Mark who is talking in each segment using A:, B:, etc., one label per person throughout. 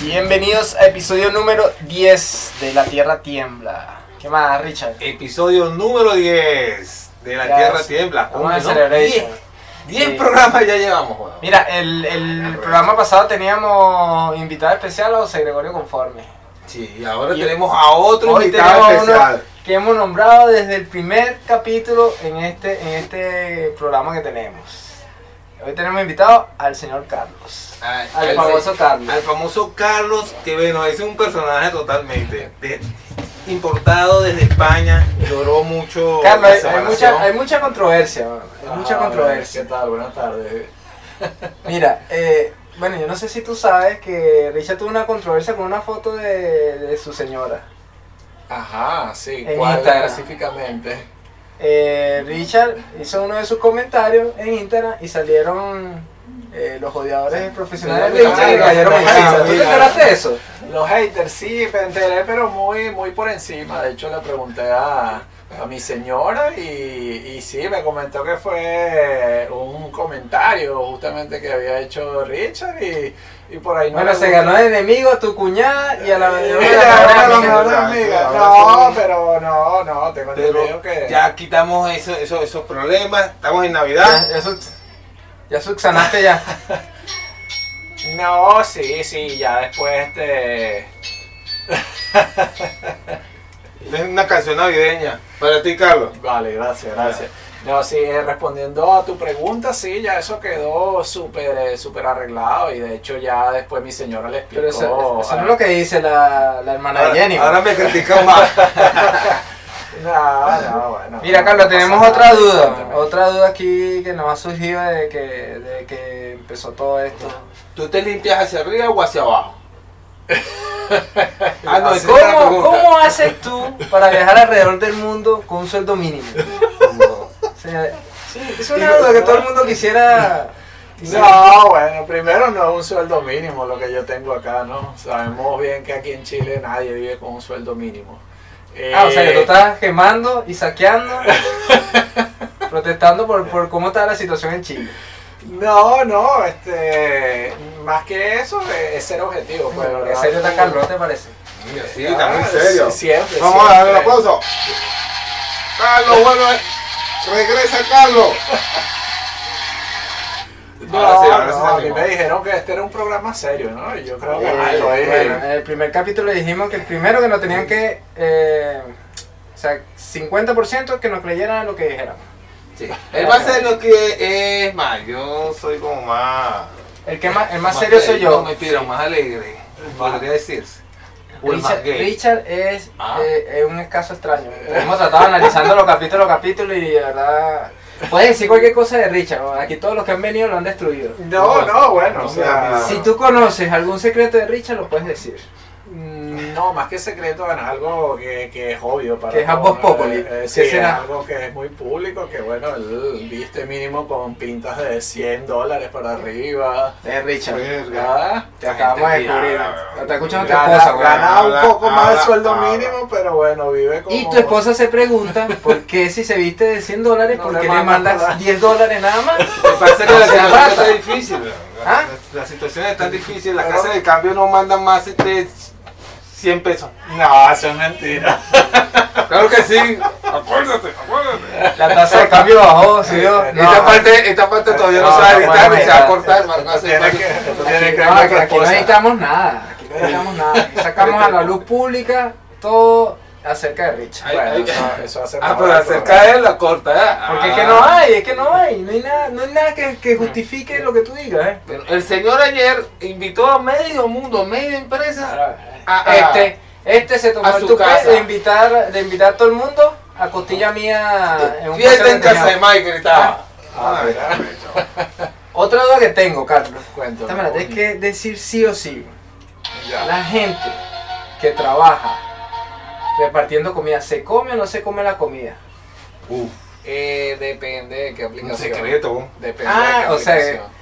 A: Bienvenidos a episodio número 10 de La Tierra Tiembla. ¿Qué más, Richard?
B: Episodio número 10 de La
A: Ya,
B: Tierra
A: sí.
B: Tiembla.
A: Vamos a
B: Hombre, ¿no?
A: Celebration.
B: 10
A: Sí.
B: programas ya llevamos, weón.
A: Mira, el, el programa pasado teníamos invitado especial a José Gregorio Conforme.
B: Sí, ahora
A: Y-
B: tenemos a otro
A: Hoy
B: invitado
A: tenemos a
B: especial.
A: uno que hemos nombrado desde el primer capítulo en este, en este programa que tenemos. Hoy tenemos invitado al señor Carlos.
B: Ay,
A: Al famoso Carlos.
B: Al famoso Carlos, que bueno, es un personaje totalmente de- importado desde España. Lloró mucho.
A: Carlos,
B: la
A: hay, hay mucha,
B: separación.
A: hay mucha controversia, mano. hay mucha
C: Ah,
A: controversia.
C: ¿Qué tal? Buenas tardes.
A: Mira, eh, bueno, yo no sé si tú sabes que Richard tuvo una controversia con una foto de, de su señora.
C: Ajá, sí.
A: En
C: ¿Cuál
A: Instagram.
C: específicamente?
A: Eh, Richard hizo uno de sus comentarios en Instagram y salieron eh, los odiadores profesionales de Richard y le cayeron encima. ¿Tú te enteraste de eso?
C: Los haters, sí, me enteré, pero muy, muy por encima. De hecho, le pregunté a, a mi señora y, y sí, me comentó que fue un comentario justamente que había hecho Richard y, y por ahí no
A: Bueno,
C: le
A: se
C: gustó.
A: ganó de enemigo tu cuñada y a la
C: Y
A: vez
C: ahora
B: la
C: la
B: mejor
C: mejor amiga.
B: amiga.
C: No, pero no, no, tengo entendido
B: Pero
C: que...
B: ya quitamos eso- eso- esos problemas. Estamos en
A: Ya,
B: Navidad.
A: ya sub- ya subsanaste ya.
C: No, sí, sí, ya después este...
B: Es una canción navideña. Para ti, Carlos.
C: Vale, gracias, gracias. No, sí, eh, respondiendo a tu pregunta, sí, ya eso quedó súper eh, súper arreglado y de hecho ya después mi señora le explicó.
A: Pero eso, eso no
C: a-
A: es lo que dice la, la hermana de Jenny.
B: ahora me critican más.
C: No, no, bueno,
A: Ah. Mira,
C: no,
A: Carlos,
C: no pasa
A: tenemos
C: nada,
A: otra duda.
C: cuéntame.
A: Otra duda aquí que nos ha surgido desde que, desde que empezó todo esto.
B: ¿Tú te limpias hacia arriba o hacia abajo? ah, no, esa era la
A: ¿Cómo,
B: pregunta.
A: cómo haces tú para viajar alrededor del mundo con un sueldo mínimo? O sea, es una duda que todo el mundo quisiera. quisiera-
C: No, bueno, primero no es un sueldo mínimo lo que yo tengo acá, ¿no? Sabemos bien que aquí en Chile nadie vive con un sueldo mínimo.
A: Ah, o sea, que tú
C: Eh,
A: estás quemando y saqueando, protestando por, por cómo está la situación en Chile.
C: No, no, este, más que eso, eh, es ser objetivo. pues,
A: Bueno, ¿En
C: ¿verdad?
A: serio está Carlos, te parece?
B: Mira, sí,
C: Ah,
B: está muy serio.
C: sí, Siempre.
B: Vamos a darle el
C: siempre.
B: aplauso. Carlos, vuelve. Regresa, Carlos.
C: No,
B: Ahora sí, ahora sí
C: no,
B: se
C: a mí
B: animó.
C: me dijeron que este era un programa serio, ¿no? Y yo creo que
A: Eh,
C: ay, lo dije.
A: bueno, en el primer capítulo dijimos que primero que nos tenían que. eh, o sea, 50% que nos creyeran lo que dijéramos.
B: Sí. Él va a ser lo que es más. Yo soy como más.
A: El, que más, el más serio soy yo.
B: No, mentira, más alegre. Podría decirse. O el
A: Richard,
B: más gay.
A: Richard es,
B: Ah.
A: eh, es un escaso extraño. Hemos tratado analizando los capítulos, capítulos y de verdad. Puedes decir cualquier cosa de Richard. ¿no? Aquí todos los que han venido lo han destruido.
C: No, no, bueno,
B: eh, No,
C: o sea,
B: mira,
A: Si tú conoces algún secreto de Richard, lo puedes decir.
C: mm, no, más que secreto, bueno, es algo que, que es obvio para
A: Que es
C: todos,
A: Vox
C: ¿no?
A: Populi.
C: Eh, eh,
A: ¿Qué
C: sí, es
A: será?
C: algo que es muy público, que bueno, él viste mínimo con pintas de 100 dólares para arriba.
A: De Richard.
B: Verga.
C: ¿verdad?
A: Te acabamos de descubrir.
B: Ah,
A: Te escuchando tu
B: Gana-
A: esposa, güey.
B: gana-
C: Ganaba
B: Habla,
C: un poco más
B: habla,
C: de sueldo
B: habla.
C: mínimo, pero bueno, vive como...
A: Y tu esposa se pregunta por qué si se viste de 100 dólares,
C: No
A: ¿por
C: le
A: qué le
C: mandas nada.
A: mandas 10 dólares nada más?
B: Me parece que
A: No
B: la
A: se
B: situación
A: aparta.
B: está difícil. ¿no? La,
A: ¿Ah?
B: la- la situación está difícil. La
C: Pero-
B: casa de cambio no manda más de 100 pesos.
C: No, eso es mentira.
B: Claro que sí. Acuérdate, acuérdate.
A: La tasa de cambio bajó, subió.
C: No,
B: esta, parte, esta parte todavía no,
C: no,
B: sabe
A: no,
B: editar
A: bueno,
B: ni se va a
A: ya,
B: cortar. hermano, no
C: Esto
B: hace
C: tiene
B: falta.
C: que, esto tiene
A: Aquí,
C: que
A: no,
C: ver
A: que
C: con
A: aquí no
C: cosas.
A: necesitamos nada, aquí no necesitamos nada. Aquí Sacamos a la luz pública todo acerca de Richard.
B: Ay,
C: Bueno,
B: ay,
C: eso, eso hace
B: Ah,
C: mejor
B: pero
C: el
B: acerca
C: programa.
B: de él la corta, ¿eh?
A: Porque
B: Ah.
A: es que no hay, es que no hay, no hay nada, no hay nada que, que justifique lo que tú digas, eh.
B: Pero el señor ayer invitó a medio mundo, media empresa a, a-
A: Este, este se tomó
B: Ah, a
A: el
B: su
A: tupé
B: casa.
A: de invitar, de invitar a todo el mundo a costilla
B: Ah,
A: mía en un
B: fiesta
A: paseo
B: en casa de
A: teatro.
B: Mike gritaba.
C: Ah, mira.
A: Otra duda que tengo, Carlos.
C: Cuéntame.
A: Esta me la tienes que decir sí o sí.
C: Ya.
A: La gente que trabaja repartiendo comida, ¿se come o no se come la comida?
B: Uf,
C: Eh, depende de qué
B: un
C: aplicación.
B: secreto.
C: Depende de
A: Ah,
C: qué
A: o sea,
C: aplicación.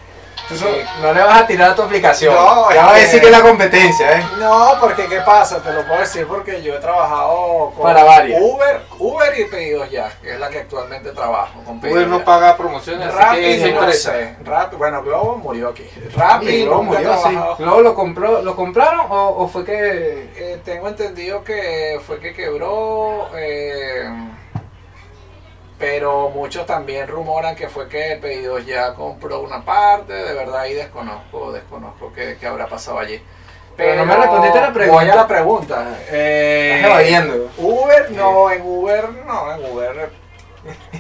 A: Tú no- No le vas a tirar a tu aplicación.
C: No,
A: ya vas a
C: este-
A: decir que es la competencia, ¿eh?
C: No, porque ¿qué pasa? Te lo puedo decir porque yo he trabajado con
A: Para varias.
C: Uber, Uber y pedidos ya, que es la que actualmente trabajo. Con Pedidos
B: Uber Pues no
C: Ya.
B: paga promociones, así que esa
C: Rappi, no
B: empresa.
C: sé. Rappi, bueno, Globo murió aquí. Rappi,
A: Y luego
C: Globo
A: murió así. Luego lo compró, ¿lo compraron o, o fue que
C: Eh, tengo entendido que fue que quebró, eh, pero muchos también rumoran que fue que Pedidos ya compró una parte, de verdad ahí desconozco, desconozco qué, qué habrá pasado allí.
A: Pero no me respondiste la pregunta.
C: Voy a la pregunta. Eh,
A: estás evadiendo?
C: Uber, no, en Uber, no, en Uber.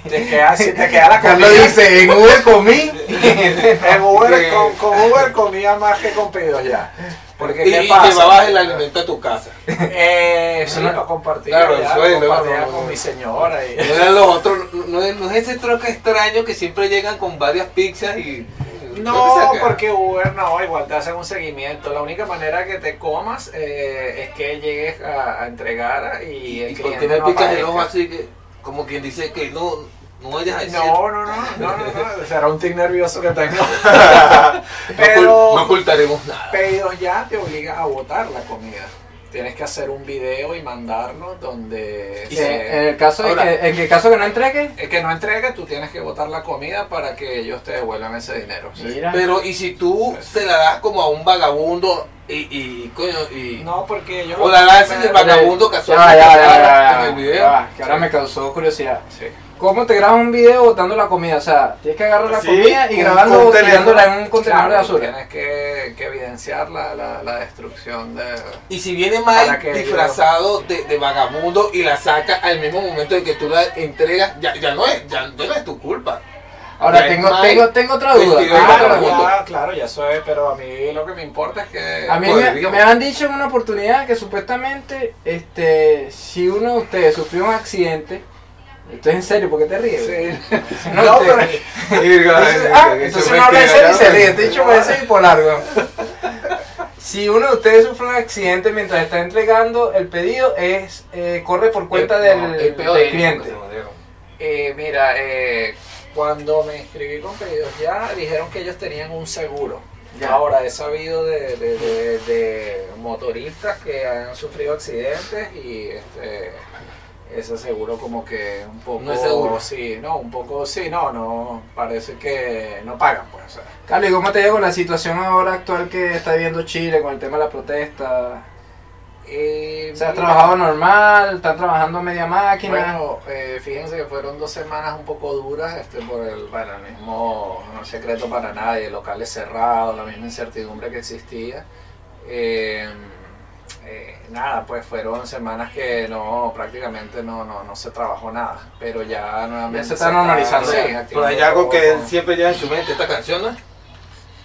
C: Te queda, si te queda la
A: Carlos
C: comida.
A: dice, en Uber comí. Eh,
C: En Uber, con, con Uber comía más que con pedidos ya. Porque
B: Y,
C: ¿qué
B: y
C: pasa?
B: llevabas el alimento a tu casa.
C: Eh, sí, lo compartía.
B: Claro, el
C: ya,
B: sueldo,
C: lo compartía
B: claro,
C: con
B: no.
C: mi señora. Y,
B: No eran los otros, no, no es ese troca extraño que siempre llegan con varias pizzas y...
C: No,
B: ¿Dónde saca?
C: porque Uber no, igual te hacen un seguimiento. La única manera que te comas eh, es que llegues a, a entregar y el
B: ¿Y por
C: cliente
B: qué me
C: no
B: picas el
C: aparezca.
B: ojo así que, como quien dice que no, no vayas a decir?
C: No, no, no, no, no, no, será un tic nervioso que tengo.
B: No ocul-
C: Pero
B: no ocultaremos nada.
C: Pedidos ya te obliga a votar la comida. Tienes que hacer un video y mandarlo donde
B: Y
A: Sí,
B: eh,
C: se-
A: en el caso de
B: Ahora-
A: que, en el caso que no entregue,
C: el que no entregue, tú tienes que votar la comida para que ellos te devuelvan ese dinero. sí.
A: mira.
B: Pero, ¿y si tú se la das como a un vagabundo y, y coño, y...
C: No, porque ellos.
B: O la lanzas del vagabundo
A: Ya,
B: casual
A: va, ya, va, ya, va, ya, va,
B: en el video.
A: ya va, que ahora
C: Sí.
A: me causó curiosidad.
C: Sí.
A: ¿Cómo te grabas un video botando la comida? O sea, tienes que agarrar la
D: Sí,
A: comida y
D: con-
A: grabarlo
D: con teléfono.
A: tirándola en un contenedor de
C: Claro,
A: basura.
C: Tienes que, que evidenciar la, la- la destrucción de.
B: Y si viene
C: Para
B: Mike
C: que
B: disfrazado de, de vagabundo y la saca al mismo momento en que tú la entregas, ya, ya no es, ya, ya no es tu culpa.
A: Ahora
B: Ya es
A: tengo,
B: mal.
A: tengo, tengo otra duda.
B: Vestido de
A: tengo otra
B: vagabundo.
A: duda.
C: ya, claro, ya soy, pero a mí lo que me importa es que.
A: A mí
B: Joder,
A: me,
B: digamos.
A: me han dicho en una oportunidad que supuestamente, este, si uno de ustedes sufrió un accidente, esto es en serio, ¿por qué te ríes?
C: Sí.
A: Si uno de
C: No,
A: ustedes-
C: pero.
A: Entonces, ah, entonces no habla en serio y se ríe, este dicho parece bipolar, weón. Si uno de ustedes sufre un accidente mientras está entregando el pedido, es eh, corre por cuenta
B: El-
A: del,
B: no, el peor
A: del
B: es-
A: cliente.
C: Eh, mira, eh, cuando me inscribí con pedidos ya, dijeron que ellos tenían un seguro.
A: Ya.
C: Ahora he sabido de, de- de- de motoristas que han sufrido accidentes y este, ese seguro como que un poco...
B: No es seguro.
C: Sí, no, un poco sí, no, no, parece que no pagan, pues. o sea.
A: Carlos, ¿y cómo te llega con la situación ahora actual que está viviendo Chile con el tema de la protesta?
C: Eh,
A: O sea, ¿has
C: mira,
A: trabajado normal? ¿Están trabajando a media máquina?
C: Bueno, eh, fíjense que fueron dos semanas un poco duras este, por el, bueno, el mismo, no es secreto para nadie, locales cerrados, la misma incertidumbre que existía. Eh, eh, nada, pues fueron semanas que no, prácticamente no, no, no se trabajó nada, pero ya nuevamente...
A: Ya se está normalizando
C: sí,
A: ya.
D: Pero
B: Pues
C: activando
D: hay algo que él
C: todo.
D: siempre lleva en
B: Tu
D: su mente.
B: mente, esta canción, ¿no?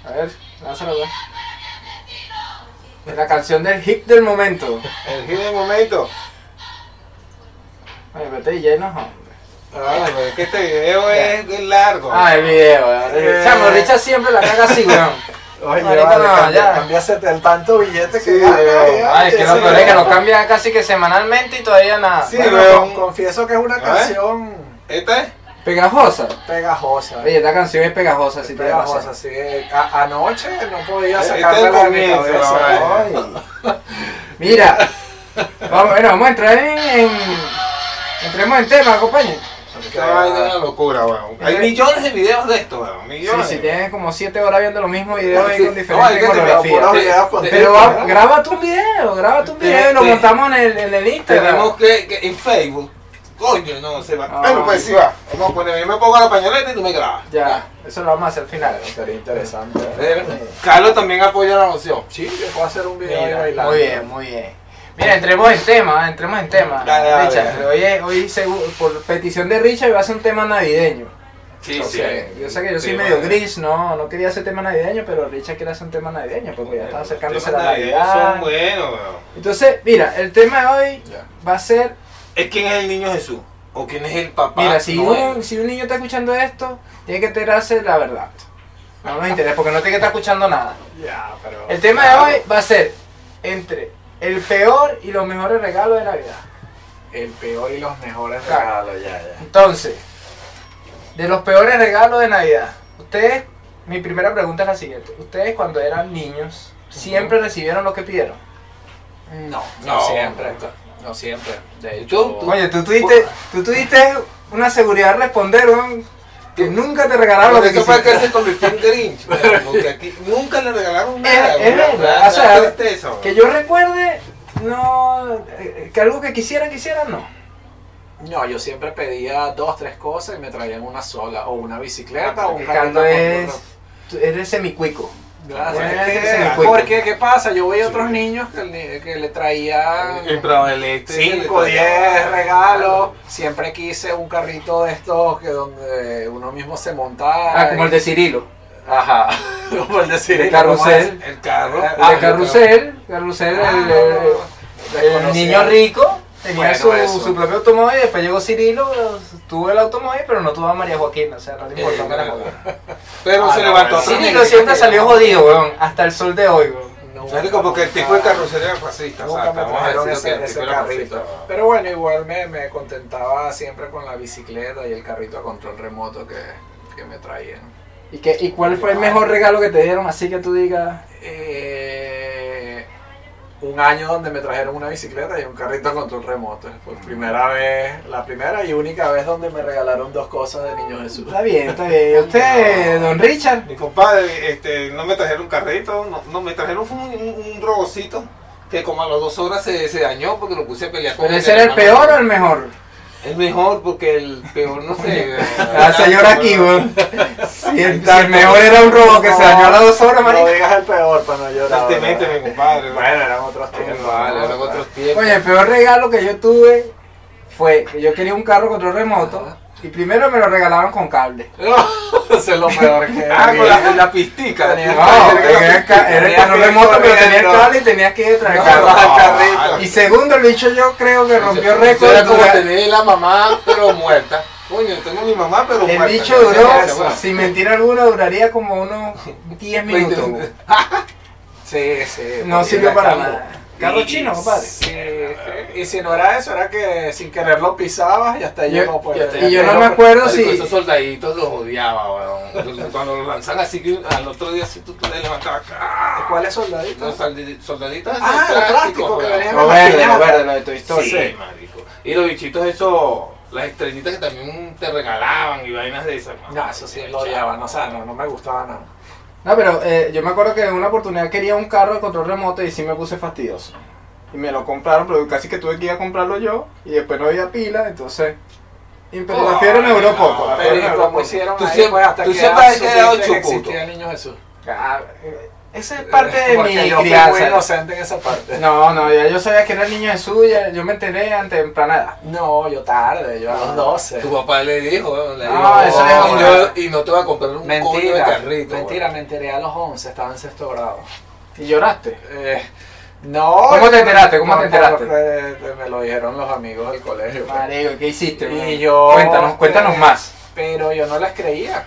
A: A ver, lánzalo, weón. La canción del hit del momento.
D: El giro de momento.
A: Oye, este vete y llenos, hombre.
D: Ah, pero es que este video es es largo.
A: Ah, el video, weón.
C: Oh. Eh.
A: Chamo, Richard siempre la caga así, weón.
C: Oye,
A: Ahorita
C: vale,
A: no,
C: cambia-
A: ya.
C: cambiaste el tanto billete que...
D: Sí,
C: gana,
D: veo.
C: ya,
A: Ay, es que
C: ese
A: lo peor es que
C: video.
A: lo cambia casi que semanalmente y todavía nada.
D: Sí,
C: Bueno,
D: veo.
C: con- confieso que es una
A: ¿Eh?
D: ver.
C: canción
D: ¿Esta es?
A: Pegajosa.
C: pegajosa.
A: Oye, esta canción es pegajosa, si te
C: Pero, o sea,
A: pegajosa.
C: sí, a- anoche no podía
D: Este
C: sacarme
D: es
C: la
D: el
C: de mi
D: comienzo,
C: cabeza.
D: ahora.
C: Ay.
A: Mira, vamos, bueno, vamos a entrar en, en- Entremos en tema, compañero.
D: Esta vaina es una locura, weón. Hay
A: Sí.
D: millones de videos de esto, weón.
A: Sí,
D: Millones.
A: sí, tienes como 7 horas viendo los mismos videos ahí
B: Sí.
A: con
B: No, hay
A: diferentes
B: gente que vea
A: coreografías.
C: puros
B: Te-
C: videos con
B: te-
A: Pero
C: tiempo,
A: va-
C: ¿verdad?
A: graba tu video, graba tu
B: Te-
A: video y lo
B: te-
A: montamos en el, en el Instagram.
B: Tenemos que, que en Facebook. Coño, no, se va.
A: Ah.
D: Bueno, pues sí va. Vamos a poner, yo me pongo la pañoleta y tú me grabas.
A: Ya, eso lo vamos a hacer al final.
C: Sería interesante.
B: Eh, Carlos también apoya la moción.
C: Sí, yo puedo hacer un video ahí
A: Mira,
C: bailando.
A: muy bien, muy bien. Mira, entremos en tema, ¿eh? entremos en tema.
D: Dale, dale,
A: Richard,
D: dale.
A: hoy, es- hoy segu- por petición de Richard va a ser un tema navideño.
B: Sí,
C: Ok.
A: Yo sé que yo soy
B: Sí,
A: medio
B: bueno.
A: gris, no, no quería hacer tema navideño, pero Richard quiere hacer un tema navideño, pues, porque ya está
B: pues,
D: Los
A: acercándose la
D: temas de ellos Son
A: Navidad.
D: buenos, weón.
A: Entonces, mira, el tema de hoy
C: Ya.
A: va a ser,
B: ¿Es quién es el niño Jesús? ¿O quién es el papá?
A: mira, si
B: Noel?
A: un, si un niño está escuchando esto, tiene que enterarse la verdad. No nos interesa, porque no tiene que estar escuchando nada.
C: Ya, pero.
A: El tema de hoy va a ser entre el peor y los mejores regalos de Navidad.
C: El peor y los mejores
A: Claro.
C: regalos, ya, ya.
A: Entonces, de los peores regalos de Navidad, ustedes mi primera pregunta es la siguiente. Ustedes cuando eran niños, ¿siempre recibieron lo que pidieron?
C: No, no,
B: No.
C: siempre. No siempre.
B: ¿Y
C: De hecho,
B: tú?
A: Oye, tú tuviste, tú tuviste una seguridad de responder, weón, que nunca te regalaron lo
B: Por
A: que
B: eso fue que él
A: quisiste.
B: se convirtió en Grinch. weón, Porque aquí nunca le regalaron nada.
A: Es- es
B: weón,
A: verdad,
B: da-
A: o sea,
B: da tristeza, weón.
A: Que yo recuerde, no, eh, que algo que quisiera, quisiera, no.
C: no, yo siempre pedía dos, tres cosas y me traían una sola. O una bicicleta o un
A: Que
C: carrito
A: Carlos
C: con
A: es,
C: otro.
A: tú eres semicuico.
C: Gracias.
A: Bueno,
C: Es que-
A: ese es mi cuento.
C: porque, ¿qué pasa? Yo veía otros
B: Sí.
C: niños que le, que le traían
D: El programa eléctrico.
C: 5,
B: pues,
C: 10 regalos. Siempre quise un carrito de estos que donde uno mismo se montara.
A: Ah, como el de Cirilo.
C: Ajá. Como el de Cirilo,
A: El carrusel.
C: ¿cómo
B: El carro.
C: Ah,
A: El
B: Ah,
A: de Carrusel, Carrusel,
C: Ah,
A: el,
C: no, no, no.
A: el- el
C: Desconocía.
A: niño rico. Tenía
C: Bueno,
A: su,
C: eso.
A: su propio automóvil, después llegó Cirilo, tuvo el automóvil, pero no tuvo a María Joaquina, o sea, no le
B: eh,
A: importaba la
B: carro.
A: joda.
B: Pero
C: Ah,
B: se
C: no,
B: levantó
C: bueno.
B: otro
C: Sí,
A: Cirilo
B: negro.
A: siempre salió jodido, weón, hasta el sol de hoy, weón.
C: es? No,
B: Marico, porque el tipo de carrusel era fascista. o sea,
C: Nunca me
B: estamos
C: trajeron
B: diciendo que
C: ese,
B: el
C: ese
B: tipo era
C: carrito.
B: fascista.
C: Pero bueno, igual me, me contentaba siempre con la bicicleta y el carrito a control remoto que, que me traían.
A: ¿Y, qué, ¿Y cuál fue el mejor regalo que te dieron? Así que tú digas,
C: Eh, un año donde me trajeron una bicicleta y un carrito a control remoto. Por
A: Mm.
C: primera vez, la primera y única vez donde me regalaron dos cosas de Niño Jesús.
A: está bien, está bien. ¿Usted, don Richard?
D: Mi compadre, este, no me trajeron un carrito, no, no, me trajeron fue un, un, un robocito.
B: Que como a las dos horas se, se dañó porque lo puse a pelear con
A: ¿Pero ese era el peor o el mejor?
B: El mejor porque el peor no sé.
A: La señora Ah, aquí, weón. Si el, si el mejor era un robo que se dañó a las dos horas,
C: No
A: marico.
C: digas el peor para no llorar.
D: Tristemente, mi compadre.
C: Bueno, eran otros tiempos.
B: Vale,
C: ¿no?
B: eran otros tiempos.
A: Oye, el peor regalo que yo tuve fue que yo quería un carro control remoto y primero me lo regalaron con cable.
C: Eso es lo peor que
D: Ah, con la, la pistica.
C: No,
A: eh, No, eh,
D: Tenía-
A: era el, ca- era el control remoto, pero tenía el cable y tenía que traer
C: No,
A: el cable.
C: no, carrito.
A: Y segundo, el bicho yo creo que rompió récord.
B: Era como
A: dura-
B: tener la mamá, pero muerta.
D: Coño, tengo a mi mamá, pero
A: El
D: muerta.
A: bicho duró,
D: Tenía esa,
A: sin mentira alguna, duraría como unos 10 minutos. weón.
C: Sí, sí.
A: No
C: porque
A: sirvió
C: era
A: para
C: cabo.
A: nada. Carro
C: Y-
A: chino, compadre.
C: Sí, y si no era eso, era que sin querer lo pisabas y hasta pues.
A: Yo-
C: yo no
B: y
C: puedo.
B: hasta
A: Y yo no me acuerdo
B: Marico,
A: si...
B: Esos soldaditos los odiaba, weón. Entonces, Cuando los lanzan así, que al otro día si tú tú le levantabas. ¡ah!
C: ¿Cuál es soldadito?
B: Los soldi- soldaditos esos
C: Ah, los plásticos que
B: weón.
C: venían
A: Lo verde, lo verde, lo de tu
B: Sí,
A: historia.
B: marico. Y los bichitos esos, las estrellitas que también te regalaban y vainas de esas. mano.
C: No, Ah, eso sí lo odiaba, no, o sea, no, no me gustaba nada.
A: No, pero eh, yo me acuerdo que en una oportunidad quería un carro de control remoto y sí me puse fastidioso. Y me lo compraron, pero casi que tuve que ir a comprarlo yo y después no había pila, entonces... y- Pero la fiebre me duró
B: no,
A: poco. la fiebre
C: Pero
A: me
C: ¿y
A: duró
C: cómo
A: poco.
C: hicieron
B: Tú
C: ahí,
B: siempre-
C: pues, hasta
B: tú
C: que
B: siempre has
C: supiste
B: quedado
C: que
B: chuputo.
C: existía el niño Jesús?
A: Ah, eh, Esa es parte de mi
C: Porque yo fui muy
A: crianza.
C: inocente en esa parte.
A: No, no, ya yo sabía que era el niño de suya, yo me enteré antes temprana edad.
C: No, yo tarde, yo a los 12.
B: Tu papá le dijo, weón, le
C: Ah,
A: No,
B: dijo,
A: eso
B: "Oh,
A: es
B: y,
A: ahora".
B: yo- y no te voy a comprar un coño de
C: Mentira,
B: carrito.
C: mentira, me enteré a los 11, estaba en sexto grado.
A: ¿Y lloraste?
C: Eh, no.
A: ¿Cómo te enteraste? ¿Cómo
C: No,
A: te enteraste?
C: porque me lo dijeron los amigos del colegio. pues.
A: Marico, ¿qué hiciste? eh,
C: Y
A: weón?
C: yo-
A: Cuéntanos, cuéntanos más.
C: Pero yo no les creía.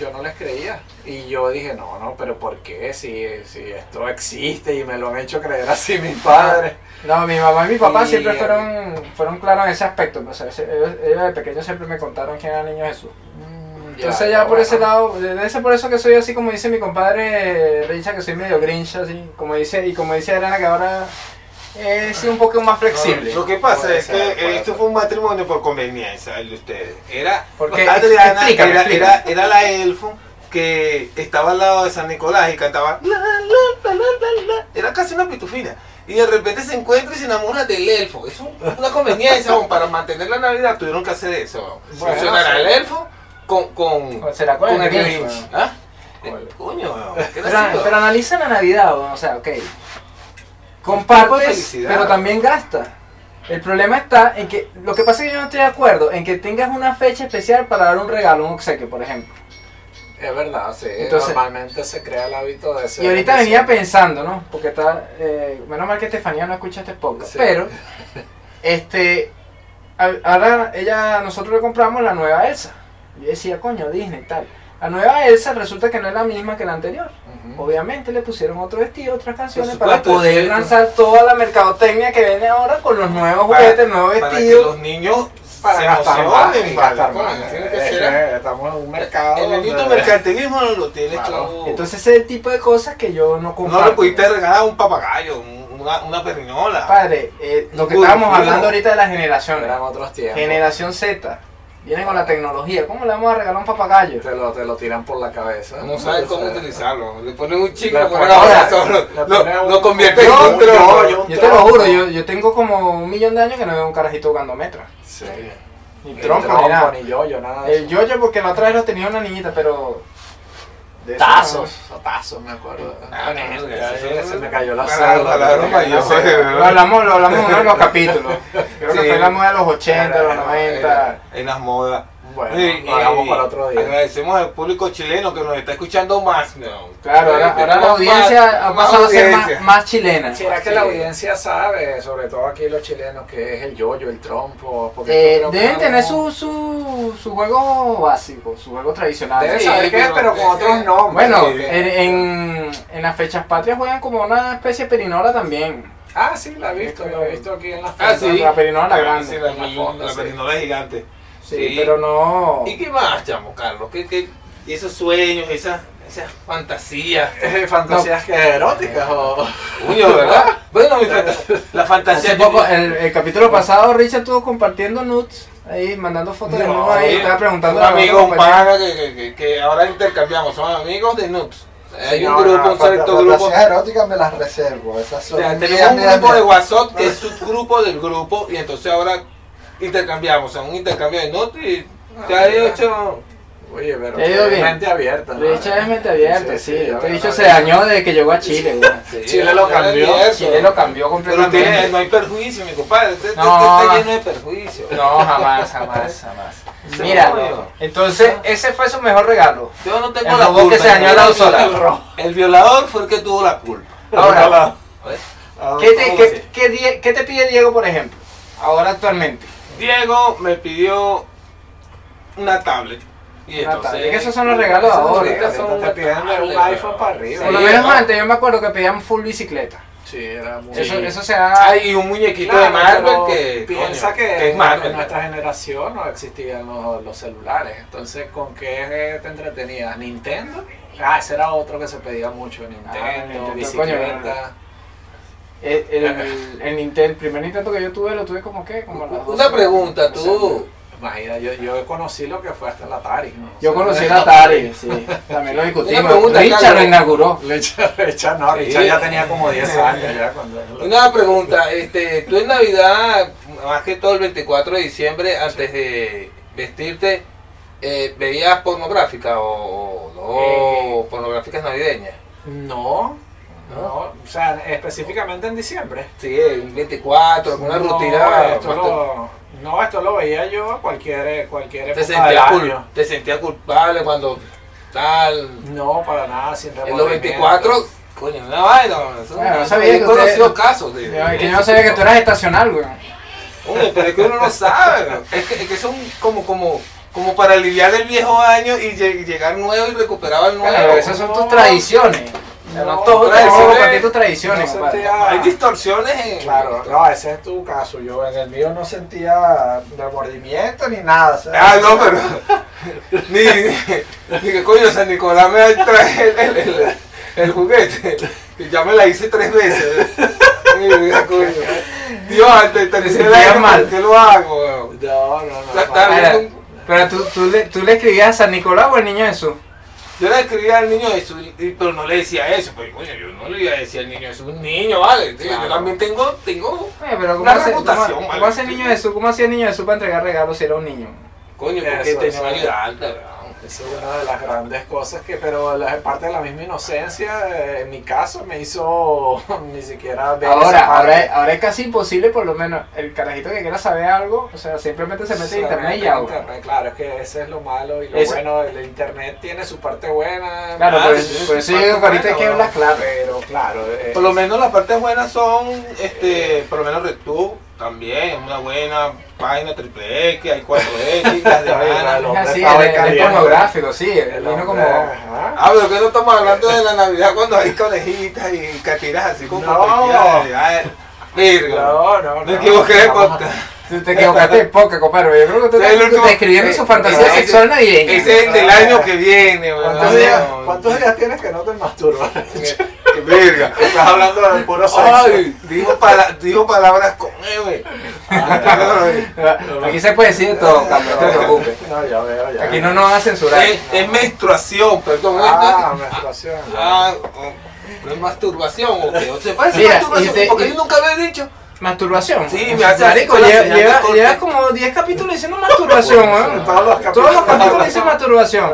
C: Yo no les creía. Y yo dije, no, no, pero ¿por qué? Si, si esto existe y me lo han hecho creer así mis padres.
A: No, mi mamá y mi papá
C: Y-
A: siempre fueron, fueron claros en ese aspecto. pues, o sea, ellos, ellos de pequeños siempre me contaron quién era el niño Jesús.
C: Mm,
A: Entonces ya, por
C: bueno.
A: ese lado, de ese por eso que soy así como dice mi compadre eh, Richard, que soy medio grinch, así, como dice, y como dice Arana que ahora es un poco más flexible.
D: Lo que pasa
C: Puede
D: es
C: ser,
D: que
C: puede
D: eh, esto
C: ser.
D: fue un matrimonio por conveniencia el de ustedes. Era
A: Porque-
D: Adriana
A: explícame,
D: era,
A: explícame.
D: era- era la elfo que estaba al lado de San Nicolás y cantaba la, la, la, la, la, la. Era casi una pitufina. Y de repente se encuentra y se enamora del elfo. Es un- una conveniencia, weón, para mantener la Navidad tuvieron que hacer eso. weón.
C: Bueno,
D: Fusionar
C: sí.
D: al elfo con, con,
A: O sea, ¿cuál
D: con
A: es
D: el
A: el Grinch,
D: Grinch.
A: weón?
D: ¿Ah?
C: ¿Cuál?
D: Eh, Coño, weón, ¿qué
A: Pero,
D: era eso?
A: pero analiza la Navidad, weón, o sea, ok.
D: Tipo de
A: Compartes,
D: felicidad.
A: pero también gasta. El problema está en que, lo que pasa es que yo no estoy de acuerdo en que tengas una fecha especial para dar un regalo, un obsequio, por ejemplo.
C: Es verdad, sí.
A: Entonces-
C: normalmente se crea el hábito de ser.
A: Y ahorita venía
C: pensando.
A: pensando, ¿no? Porque está. eh, menos mal que Estefanía no escucha este podcast.
C: Sí.
A: Pero. Este. a- Ahora ella. Nosotros le compramos la nueva Elsa. Yo decía, coño, Disney tal. La nueva Elsa resulta que no es la misma que la anterior. Obviamente le pusieron otro vestido, otras canciones
D: Mm. Por supuesto,
A: para poder
D: es cierto.
A: lanzar toda la mercadotecnia que viene ahora con los nuevos
D: Para-
A: juguetes, nuevos
D: Para que
A: vestidos.
D: los niños
C: para
B: Se
C: gastar
B: emocionan,
C: más.
B: vale,
C: y gastar
B: coño,
C: más. Eh,
B: tiene que
C: Es
D: ¿eh?
B: ser-
C: que Estamos en un mercado.
B: El
E: eh.
B: bendito
C: donde-
B: mercantilismo no lo tienes,
C: Claro.
B: chavo.
A: Entonces ese tipo de cosas que yo no comparto.
B: no le pudiste regalar a un papagayo, un- una, una perrinola.
A: Padre, eh, lo que
B: Uy,
A: estábamos
B: uy,
A: hablando
B: no.
A: ahorita de las
C: Eran
A: generaciones.
C: otros tiempos.
A: Generación Z. Viene con la tecnología. ¿Cómo le vamos a regalar un papagayo?
C: Te lo, te lo tiran por la cabeza.
E: No saben cómo
C: Entonces,
E: utilizarlo. Le ponen un chico,
C: Le
E: le ponen
C: ponen-
E: ahora
C: le
E: solo.
C: ponen
E: Lo,
C: un-
E: lo convierte en
C: un- un-
E: otro.
C: yo-
A: Yo te lo juro, yo, yo tengo como un millón de años que no veo un carajito jugando metra.
C: Sí.
A: Ni
C: Ni
A: trompo, ni
C: trompo,
A: nada.
C: ni yo, yo nada. de
A: El
C: eso.
A: yo porque la otra vez lo tenía una niñita, pero... de eso
C: Tazos, tazos, me acuerdo.
B: Ah,
C: Bueno,
B: verga,
C: ya-
B: eso
C: ya
B: es-
C: se me cayó la
B: Palabra-
C: sala.
B: palabra
C: me cayó la
B: mayor.
C: sala.
A: no. Lo hablamos, lo hablamos en uno de los capítulos. Creo que
B: Sí.
A: fue la moda de los 80, los
C: Era-
A: 90.
C: era-
B: En las modas.
C: Bueno,
B: Sí,
C: lo hagamos
B: y
C: para otro día.
B: Agradecemos al público chileno que nos está escuchando más. ¿no?
A: Claro, ahora,
B: Sí,
A: ahora la
B: tenemos
A: audiencia
B: más-
A: ha pasado a ser
B: audiencia.
A: más, más chilena. Eh,
C: ¿Será que
B: Sí.
C: la audiencia sabe, sobre todo aquí los chilenos, qué es el yoyo, el trompo? Porque
A: Eh,
C: esto creo que
A: deben
C: no-
A: tener su, su, su juego básico, su juego tradicional.
C: Deben
E: Sí,
C: Ah, saber qué es, pero
E: pero-
C: con otros nombres.
A: Bueno,
C: Sí.
A: en, en, en las fechas patrias juegan como una especie de perinola también.
C: Ah, sí, la he visto, la he visto aquí en las
E: Ah, sí.
A: La perinola grande.
B: Sí,
A: Sí,
B: la,
C: la fonda,
B: la
C: sí.
B: perinola gigante. Sí.
A: pero no.
E: ¿Y qué más, chamo, Carlos? ¿Qué, qué, esos sueños, esas, esas fantasías?
C: Eh, Fantasías que eróticas o...
E: Uño, ¿verdad? bueno, mi fantasía.
B: La fantasía.
A: Hace
B: yo-
A: poco, el, el capítulo pasado, Richard estuvo compartiendo nudes ahí, mandando fotos de
C: No,
A: nudes ahí.
B: sí.
A: Estaba preguntando
B: un
A: a la
B: amigo, un
A: compañera.
B: pana que, que- que- que ahora intercambiamos. Son amigos de Noobs. Hay
C: Sí,
B: un
C: no,
B: grupo,
C: no,
B: un selecto
D: Las
B: grupo.
D: fantasías eróticas me las reservo. Esas
B: O
D: son
B: sea,
D: mías,
B: tenemos un
D: mías,
B: grupo de
D: mías.
B: WhatsApp que es subgrupo del grupo y entonces ahora intercambiamos, o sea, un intercambio de notas y se ha hecho...
C: Oye, pero
A: Te ha ido
C: qué
A: bien.
C: mente abierta. ¿no?
A: Richard es mente abierta, sí.
C: ya
A: este
C: veo,
A: bicho
C: ya
A: se
C: veo.
A: dañó desde que llegó a Chile, güey.
C: Chile lo cambió,
A: Chile lo cambió
B: Pero
A: completamente.
B: tiene- no hay perjuicio, mi compadre. Usted, usted
A: No.
B: está lleno de perjuicio.
A: No, jamás, jamás, jamás.
B: Sí,
A: Mira,
B: obvio.
A: entonces ese fue su mejor regalo.
B: Yo no tengo
A: El
B: la
A: robot
B: culpa.
A: que se dañó
B: el
A: a la
B: violador-
A: doctora.
B: El violador fue el que tuvo la culpa.
A: Ahora,
B: Ahora,
A: ¿qué te,
B: ¿cómo
A: qué,
B: se-
A: qué die- qué te pide Diego, por ejemplo? Ahora actualmente.
B: Diego me pidió una tablet. Y
A: Una
B: entonces...
A: tablet, que esos son los regalos
C: Ahorita
A: ahora.
B: ahorita
C: son- te piden de un
B: tablet,
C: iPhone
B: bro.
C: para arriba.
A: Por lo
B: Sí,
A: menos
B: ¿no?
A: antes yo me acuerdo que pedían full bicicleta.
C: Sí, era muy...
A: Eso, eso se ha...
B: Ah, y un muñequito
C: Claro,
B: de Marvel
C: pero
B: que...
C: piensa
B: coño,
C: que,
B: es Marvel.
C: en nuestra generación no existían los, los celulares, entonces ¿con qué eh, te entretenías? ¿Nintendo? Ah, ese era otro que se pedía mucho, Nintendo,
A: Nintendo,
C: bicicleta.
A: El, eh, el, el Nintendo- el primer Nintendo que yo tuve lo tuve como que, como a las 12.
E: Una pregunta, tú.
C: Imagina, yo, yo conocí lo que fue hasta el Atari. ¿no?
A: Yo
C: O sea,
A: conocí el Atari, sí. También lo discutimos.
E: Una pregunta,
A: Richard
E: Carlos.
A: lo inauguró.
C: Richard, Richard no,
E: Sí.
C: Richard ya tenía como 10 años ya cuando...
E: Una pregunta, este, tú en Navidad, más que todo el 24 de diciembre, antes de vestirte, eh, ¿veías pornográfica o, o no? Pornográficas navideñas.
C: No, Eh. no, o sea, específicamente en diciembre.
E: Sí, el 24, alguna
C: No,
E: rutina.
C: Esto lo, no, esto lo veía yo a cualquier, cualquier
E: te,
C: época del
E: sentías cul-
C: año.
E: te sentías culpable cuando tal.
C: No, para nada, sin
E: En los 24, coño, una vaina. eso-
A: Bueno, no sabía
E: he
A: que
E: conocido
A: usted-
E: casos de.
A: Yo, que yo no sabía que tú eras estacional, güey.
B: Oye, pero es que uno no sabe, bro. es que, es que son como, como, como para aliviar el viejo año y lleg- llegar nuevo y recuperar el nuevo.
A: Claro, esas son
C: no.
A: tus tradiciones. O sea, No,
C: No,
A: todo
B: tradiciones.
A: todo para ti tus tradiciones,
C: No
A: compadre.
C: sentía-
B: Hay distorsiones en...
D: Claro, no, ese es tu caso. Yo en el mío no sentía remordimiento ni nada. ¿sabes?
B: Ah, no, pero... Ni, ni, ni que coño, San Nicolás me trae el, el, el, el juguete. Que ya me la hice tres veces. Mira, coño. Dios, antes te hice
A: sentías
B: la
A: mal.
B: mal. ¿Qué lo hago? weón?
C: No, no, no.
B: La-
C: no.
B: la-
A: Ahora, Pero tú, tú, le, tú le escribías a San Nicolás o el niño Jesús.
B: Yo le escribía al niño Jesús, y- pero no le decía eso, pues coño, yo no le iba a decir al niño Jesús, un niño, vale, tío,
A: Claro.
B: yo también tengo, tengo,
A: Oye, Eh, pero ¿cómo
B: Una
A: hace, cómo,
B: reputación,
A: cómo
B: vale.
A: hace el niño Jesús? ¿Cómo hacía el niño Jesús para entregar regalos si era un niño?
B: coño, porque
C: Eso,
B: tenía
C: eso.
B: que ayudarte, weón.
C: Esa es una de las grandes cosas que, pero la parte de la misma inocencia, eh, en mi caso, me hizo ni siquiera ver
A: Ahora,
C: esa parte.
A: ahora, es- ahora es casi imposible, por lo menos, el carajito que quiera saber algo, o sea, simplemente se mete en internet y
C: mete
A: ya,
C: en
A: güey.
C: internet, Claro, es que ese es lo malo y lo
A: Eso.
C: bueno. El internet tiene su parte buena.
A: Claro,
B: Ah,
A: por,
B: sí,
A: por eso yo
B: sí,
A: digo que ahorita hay que
B: bueno, bueno.
A: hablar claro.
C: Pero claro, eh,
B: Por lo menos las partes buenas son, este, por lo menos RedTube, también, es una buena página triple X, hay cuatro X, las de
C: Ay,
B: lana.
C: vale.
A: Es
C: hombre
A: así, él
C: estaba
A: es- él es
C: caliente.
A: pornográfico, sí, él
C: el
A: vino
C: hombre,
A: como...
C: ajá.
B: Ah, pero que no estamos hablando de la Navidad cuando hay conejitas y catiras así como
C: No.
B: cualquiera de Navidad. Virgo,
C: No, no, no.
B: me equivoqué pues, de
C: Vamos a-
B: podcast.
A: Tú te equivocaste de poca, compadre. Yo creo que tú
B: Es el último-
A: estás escribiendo su
B: eh,
A: fantasía
B: ese-
A: sexual navideña.
B: Ese es el del año que viene, weón.
C: ¿Cuántos,
B: No,
C: días,
B: no.
C: ¿Cuántos días tienes que no te masturbas?
B: Qué verga.
C: Estás hablando de puro sexo.
B: Ay, dijo, pala- dijo palabras con E,
C: Ah.
B: güey.
A: Aquí se puede decir de todo, Carlos, no te preocupes.
C: No, ya veo, ya.
A: Aquí
C: veo.
A: no nos van a censurar.
B: Es, es menstruación, perdón. ¿eh?
C: Ah, menstruación.
B: Ah, o- ¿no es masturbación o qué? O sea, parece
A: Mira, este,
B: masturbación,
A: y te-
B: porque
A: y-
B: yo nunca lo he dicho.
A: Masturbación.
B: Sí, me hace
A: Marico,
B: así con la
A: lleva,
B: señal de
A: lleva-
B: corte.
A: lleva como 10 capítulos diciendo masturbación, weón.
C: Todos los capítulos.
A: Todos los capítulos dicen masturbación.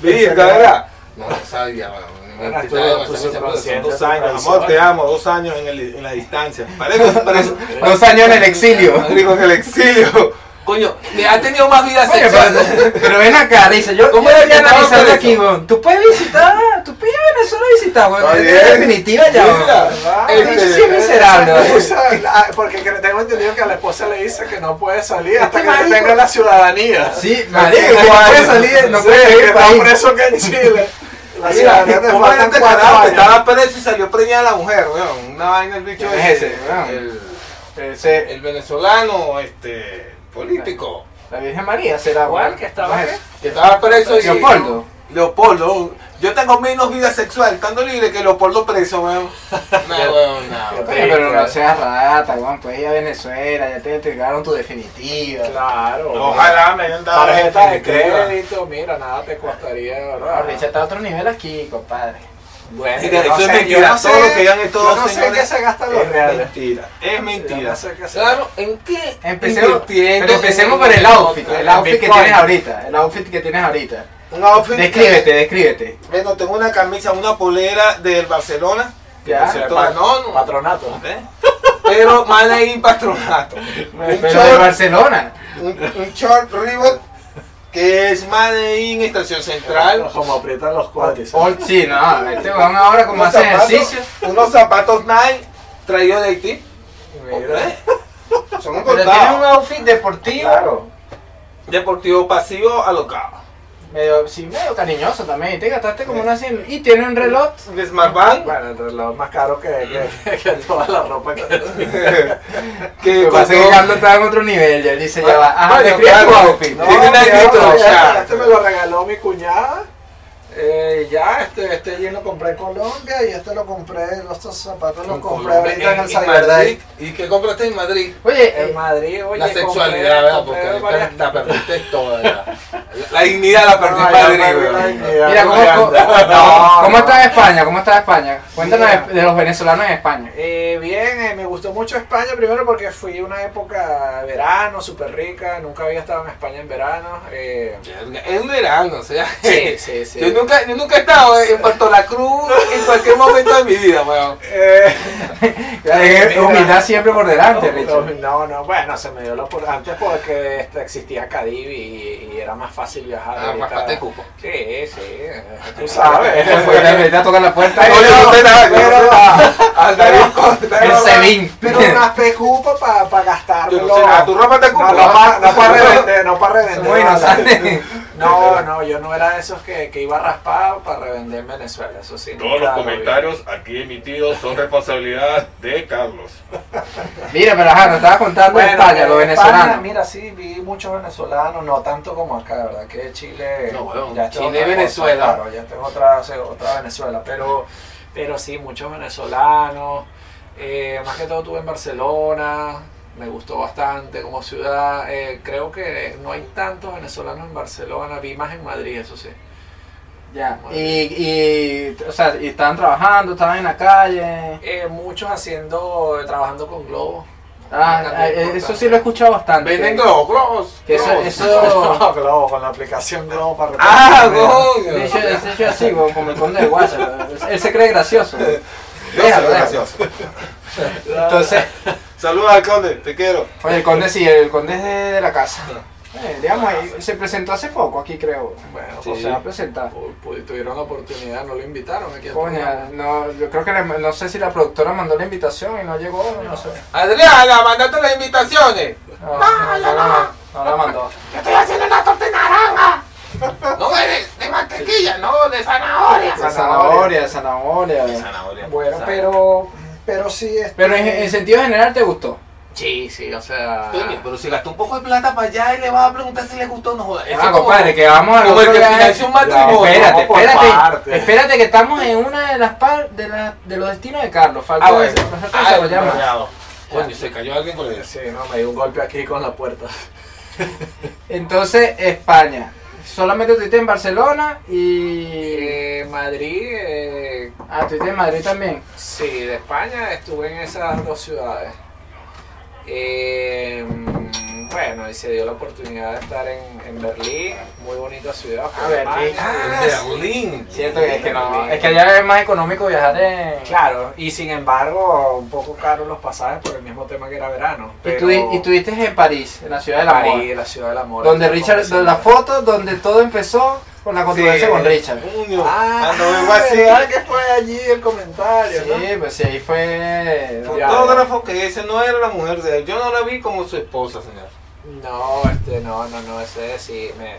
B: Verga, ¿verdad?
F: No, no sabía, weón.
C: Bueno,
F: Te
C: tú-
F: estaba
C: tú
F: bastante
C: subconsciente.
B: pues, Dos años, amor, te amo, dos años en, el- en la distancia. Parece, parece,
A: Dos años en el exilio.
B: marico, en el exilio. Coño, me ha tenido más vida
A: Oye,
B: sexual.
A: pero, pero ven acá, dice yo.
B: ¿Cómo
A: yo
B: eres
A: voy a
B: que
A: analizar
B: estaba
A: aquí,
B: preso?
A: weón. Tú puedes visitar, tú puedes ir a Venezuela a visitar,
B: Está
A: weón. Es
B: bien.
A: definitiva ya,
B: Mira,
A: weón. El bicho sí este es miserable,
C: La
A: weón.
C: esposa- la- porque que- tengo entendido que a la esposa le dice que no puede salir hasta
A: Este
C: que no
A: marico-
C: tenga la ciudadanía.
A: Sí, marico, no puede salir, no
C: Sí,
A: puede salir
C: que
A: del
C: está
A: país.
C: preso que en Chile. La
B: Mira,
C: ciudadanía te
B: ¿cómo era
C: faltan
B: este
C: cuatro
B: carajo que
C: años.
B: estaba preso y salió preñada la mujer, weón? Una vaina el bicho
A: ¿Quién es ese, weón?
B: El,
A: Ese,
B: el venezolano, este, político.
A: la Virgen María será,
C: ¿Cuál
A: weón.
C: que estaba
A: No es
C: qué?
A: ese.
B: Que estaba preso y...
A: Leopoldo.
B: Leopoldo. Yo tengo menos vida sexual estando libre que Leopoldo preso, weón.
F: No, weón, no.
A: Coño, pero no seas rata, weón. Puedes ir a Venezuela, ya te entregaron tu definitiva.
C: Claro.
B: Ojalá me hayan dado
C: Tarjeta de
B: definitiva.
C: crédito, mira, nada te costaría,
A: No,
C: ¿verdad?
A: Richard está a otro nivel aquí, compadre.
C: Bueno,
B: Mira,
C: yo no
B: eso es
C: sé,
B: mentira,
C: yo no
B: todo
C: sé-
B: lo que digan estos
C: Yo no sé en
B: señores
C: qué se gastan los
B: Es
C: reales.
B: mentira, es
C: Yo
B: mentira.
C: no sé qué se
F: Claro, ¿en qué?
A: Empecemos,
F: invirtiendo
A: pero empecemos
F: en-
A: por el outfit, el outfit que
C: Bitcoin.
A: tienes ahorita, el outfit que tienes ahorita.
B: Un outfit.
A: Descríbete, descríbete.
B: Bueno, tengo una camisa, una polera del Barcelona.
A: Ya.
B: Por cierto, no, no.
C: Patronato.
B: ¿Eh? Pero mal ahí patronato. Un
A: Pero de
B: short,
A: Barcelona.
B: un, un short Reebok que es Made in Estación Central.
C: Como aprietan los ¿eh? cuates.
A: Ol- sí, no, este weón ahora como
B: Unos
A: hace
B: zapatos-
A: ejercicio.
B: Unos zapatos Nike traídos de Haití. ¿ok? Son un
A: Pero tiene un
B: cortado.
A: outfit deportivo,
C: Claro.
B: Deportivo pasivo alocado.
A: medio, sí, medio cariñoso también. Y te gastaste como una cien. Y tiene un reloj.
B: De Smartbank.
C: Bueno, el reloj más caro que, que, que toda la ropa que
B: que
A: Lo que pasa es que
B: costó-
A: Carlos está en otro nivel, ya él dice, ya va. Ah,
B: Bueno,
A: describe
B: claro.
A: tu outfit.
C: No,
B: Tiene una
C: mira,
B: actitud,
C: no,
B: o sea.
C: Este me lo regaló mi cuñada. Eh, ya, este, este jean lo compré en Colombia y este lo compré, los estos zapatos los
B: en
C: compré
B: Colombia,
C: ahorita en el Cyber
F: Madrid.
C: Day.
F: ¿Y qué compraste en Madrid?
A: Oye,
C: En
A: eh,
C: Madrid, oye.
F: la
C: compré-
F: sexualidad, ¿verdad?
C: compré
F: Porque ahorita
C: varias-
F: la perdiste toda. ¿verdad?
B: La dignidad la perdí
C: No,
B: en
C: ya
B: Madrid,
C: perdí
B: weón.
C: la dignidad,
A: mira,
C: no
A: ¿cómo,
C: me
A: cómo,
C: anda.
A: cómo está España? ¿Cómo está España? Cuéntanos
C: Ah. Mira.
A: de, de los venezolanos en España.
C: Eh, bien, eh, me gustó mucho España primero porque fui una época de verano, súper rica, nunca había estado en España en verano. eh,
F: Verga, Es verano, o sea.
C: sí, sí, sí.
F: Yo nunca, yo nunca he estado en Puerto La Cruz en cualquier momento de mi vida, weón.
C: Eh,
A: Eh,
C: mira.
A: Humildad siempre por delante,
C: No,
A: Richard.
C: no, no, bueno, se me dio la oportunidad antes porque este, existía Cadiv y, y era más fácil viajar.
F: Ah,
C: ahorita.
F: guapate cupo.
C: Sí, sí, eh, tú
A: Él
C: sabes.
A: fue, le- le- le toca la puerta.
B: No, yo no sé nada, yo no sé
C: Pero-
B: nada. Anda bien,
A: El
B: corta.
A: Sebin.
C: Pero unas pecupa para pa gastarlo.
B: Yo no sé ah, nada. ¿Tu ropa te
C: No,
B: ocupa?
C: no para no pa revender, no para revender.
A: Muy inocente.
C: No, no, yo no era de esos que, que iba raspado para revender en Venezuela, eso sí.
D: Todos los
C: nunca lo vi.
D: comentarios aquí emitidos son responsabilidad de Carlos.
A: Mira, pero ajá, nos estabas contando de
C: Bueno,
A: España, los
C: España,
A: venezolanos.
C: Mira, sí, vi muchos venezolanos, no tanto como acá, ¿verdad? Que Chile.
F: No, bueno,
C: ya está
F: Chile,
C: otra cosa,
F: Venezuela.
C: claro, ya está otra, otra Venezuela, pero, pero sí, muchos venezolanos. Eh, más que todo tuve en Barcelona, me gustó bastante como ciudad. Eh, creo que no hay tantos venezolanos en Barcelona, vi más en Madrid, eso sí.
A: Ya. Y, y, o sea, y estaban trabajando, estaban en la calle.
C: Eh, muchos haciendo, trabajando con globos.
A: Ah,
C: Una
A: ah,
C: cantidad
A: eh, eso
C: importante.
A: sí lo he escuchado bastante.
F: Venden globos, globos.
A: Que eso,
F: globos.
A: eso,
C: No, Globo, con la aplicación Globo para
F: Ah,
C: repartir.
A: de hecho,
F: coño.
A: de hecho así, como como el conde de WhatsApp. Él se cree gracioso.
B: Yo soy
A: Déjalo, déjalo.
B: gracioso.
A: Entonces,
B: Saludos al conde, te quiero.
A: oye, el conde sí, el conde es de, de la casa. Eh, digamos, ahí, se presentó hace poco aquí, creo.
C: Bueno, eh,
A: O se va a presentar.
C: Uy, pues, tuvieron la oportunidad, no lo invitaron aquí. al
A: Coña,
C: programa.
A: no, yo creo que le- no sé si la productora mandó la invitación y no llegó, no sé.
F: Adriana, mandate las invitaciones.
A: No, no, no, no, no la mandó.
F: No de, de mantequilla, no de zanahoria.
A: De zanahoria, de zanahoria.
B: Zanahoria.
C: Bueno, pero, pero sí, este,
A: Pero en, en sentido general te gustó.
C: Sí, sí, o sea.
D: Coño, pero si gastó un poco de plata para allá y le vas a preguntar si le gustó o no jodas. Eso
A: Ah,
D: es como-
A: compadre, que vamos a
D: como el que financió un matrimonio.
A: espérate,
C: vamos por
A: espérate,
C: partes.
A: espérate que estamos en una de las par- de, la- de los destinos de Carlos. Falta
D: Ah, bueno.
A: falta
D: Ah,
A: desarrollar más.
D: coño, Coño, se cayó alguien con eso.
C: Sí, no, me dio un golpe aquí con la puerta.
A: Entonces, España. Solamente tuite en Barcelona y.
C: Eh, Madrid, eh,
A: Ah, tuite en Madrid también.
C: sí, de España estuve en esas dos ciudades. Eh, bueno, y se dio la oportunidad de estar en, en Berlín, muy bonita ciudad. fue
A: A ver,
C: Alemania.
A: sí.
D: Ah, Berlín.
A: Cierto que es que no. Es que allá es más económico viajar en.
C: Claro, y sin embargo, un poco caros los pasajes por el mismo tema que era verano.
A: Y,
C: Pero
A: tu, y tuviste en París, en la ciudad del amor.
C: París, la ciudad del amor.
A: Donde
C: Como
A: Richard,
C: siempre.
A: donde la foto donde todo empezó con la controversia con Richard.
D: Coño,
C: Ah,
D: cuando vengo así,
C: ¿verdad que fue allí el comentario, ¿no?
A: Sí, pues sí, ahí fue.
C: Ya.
D: fotógrafo que ese no era la mujer de él. Yo no la vi como su esposa, señor.
C: No, este, no, no, no, ese sí, me,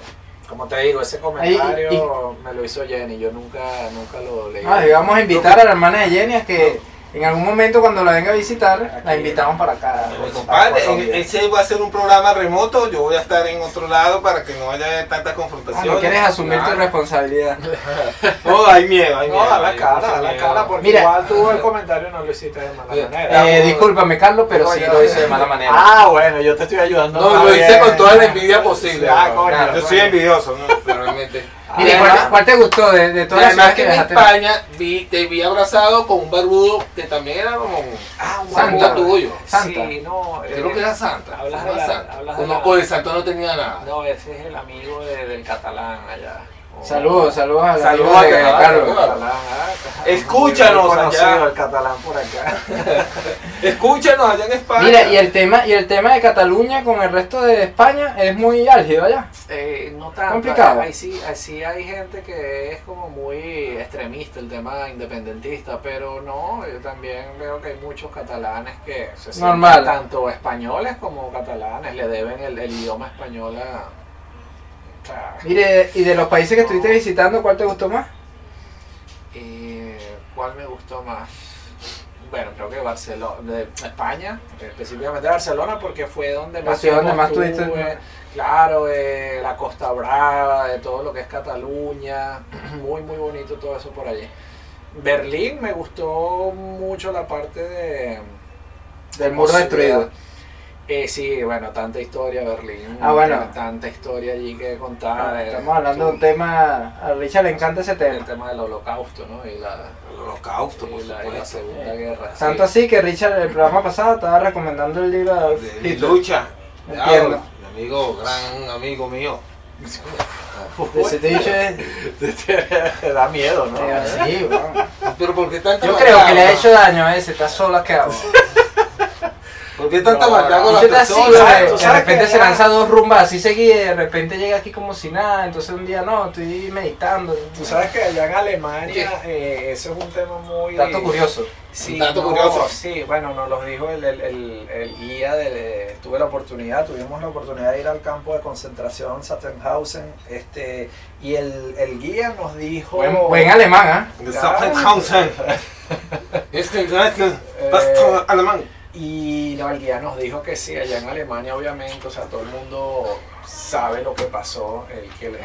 C: como te digo, ese comentario me lo hizo Jenny, yo nunca, nunca lo leí.
A: Ah, y vamos a invitar a la hermana de Jenny a que en algún momento cuando la venga a visitar, la invitamos para acá.
D: Mi
C: Ah,
A: para
C: pues,
D: compadre, en-
A: Colombia.
D: ese va a ser un programa remoto, yo voy a estar en otro lado para que no haya tanta
A: Ah,
D: confrontación.
A: no quieres asumir tu responsabilidad.
D: No, hay miedo, hay
C: No,
D: miedo.
C: a la
D: hay
C: cara,
D: mucho
C: a la
D: miedo.
C: cara, porque
A: Mira.
C: igual tú el comentario no lo hiciste de mala
B: Eh,
C: manera.
A: Eh, discúlpame, Carlos, pero sí lo hice de mala manera.
C: Ah, bueno, yo te estoy ayudando.
B: No,
C: está
B: lo hice
C: bien.
B: con toda la envidia posible.
C: Ah,
B: bro.
C: coño,
D: Yo
C: coño.
D: soy envidioso, ¿no?
B: Pero realmente.
C: Ah,
A: Mira, ¿y ¿cuál,
C: además-
A: cuál te gustó de, de todas las ciudades
B: Además que
A: que
B: en
A: dejaste?
B: España vi, te vi abrazado con un barbudo que también era como un
C: ah, un
A: Santa.
B: amigo
C: barbudo.
B: tuyo.
A: Santa.
C: Sí, no, eh,
B: Creo que era Santa.
C: hablas
B: fue
C: de
B: una
C: la-
B: santa.
C: hablas de
B: O no,
C: la-
B: o de Santo no tenía nada.
C: no, ese es el amigo de- del catalán allá. Oh.
A: Saludos, saludos a
D: Saludos a Carlos.
A: Carlos.
C: Catalán, ah,
D: Escúchanos
C: muy conocido
D: allá.
C: el catalán por acá.
D: Escúchanos allá en España.
A: Mira, y el tema, y el tema de Cataluña con el resto de España es muy álgido allá.
C: Eh, no tanto.
A: Complicado.
C: Ahí sí, ahí sí hay gente que es como muy extremista el tema independentista, pero no, yo también veo que hay muchos catalanes que se sienten
A: Normal.
C: tanto españoles como catalanes, le deben el, el idioma español a... o sea,
A: Mire, y de los países que estuviste visitando, ¿cuál te gustó más?
C: eh, ¿Cuál me gustó más? Bueno, creo que Barcelona, de España, específicamente Barcelona, porque fue donde
A: La ciudad donde
C: tiempo
A: más tuviste,
C: estuve. Claro, eh, la Costa Brava, de todo lo que es Cataluña, muy, muy bonito todo eso por allí. Berlín me gustó mucho la parte de...
A: Del muro
C: ciudad.
A: destruido.
C: Eh, sí, bueno, tanta historia Berlín.
A: Ah, bueno.
C: Tanta historia allí que contar. eh,
A: Estamos hablando de un tema, a Richard le encanta ese
C: el
A: tema.
C: tema del holocausto, ¿no? Y la,
D: El holocausto, por
C: y la, y la
D: supuesto.
C: Segunda Guerra. sí.
A: Tanto así que Richard el programa pasado estaba recomendando el libro de Adolf
D: De mi
A: Hitler.
D: lucha.
A: Entiendo.
D: Claro, mi amigo, gran amigo mío.
A: Ese dicho es-
C: Te da miedo, ¿no?
A: eh, sí, bueno.
B: Pero ¿por qué tanta
A: Yo creo que le ha
B: maldad,
A: hecho daño a ese, está solo acá. bueno.
B: ¿Por qué tanta
C: No,
B: maldad
C: no,
B: con
A: Yo
B: las
A: está así,
B: personas?
A: ¿sabes?
C: tú
A: de
C: sabes
A: repente
C: que
A: se
C: ya-
A: lanza dos rumbas así seguidas, y de repente llega aquí como si nada, entonces un día no, estoy meditando.
C: Tú sabes que allá en Alemania eh, eso es un tema muy...
A: Dato curioso.
C: Sí,
B: Un dato
C: no,
B: curioso.
C: Sí, bueno, nos los dijo el, el, el, el guía, de, tuve la oportunidad, tuvimos la oportunidad de ir al campo de concentración Sachsenhausen, este, y el, el guía nos dijo...
A: Buen, buen alemán, ¿ah?
D: De
C: Claro.
D: Sachsenhausen. Este gran
C: Eh,
D: pastor alemán.
C: Y no, el guía nos dijo que sí, allá en Alemania obviamente, o sea, todo el mundo sabe lo que pasó, el, que el,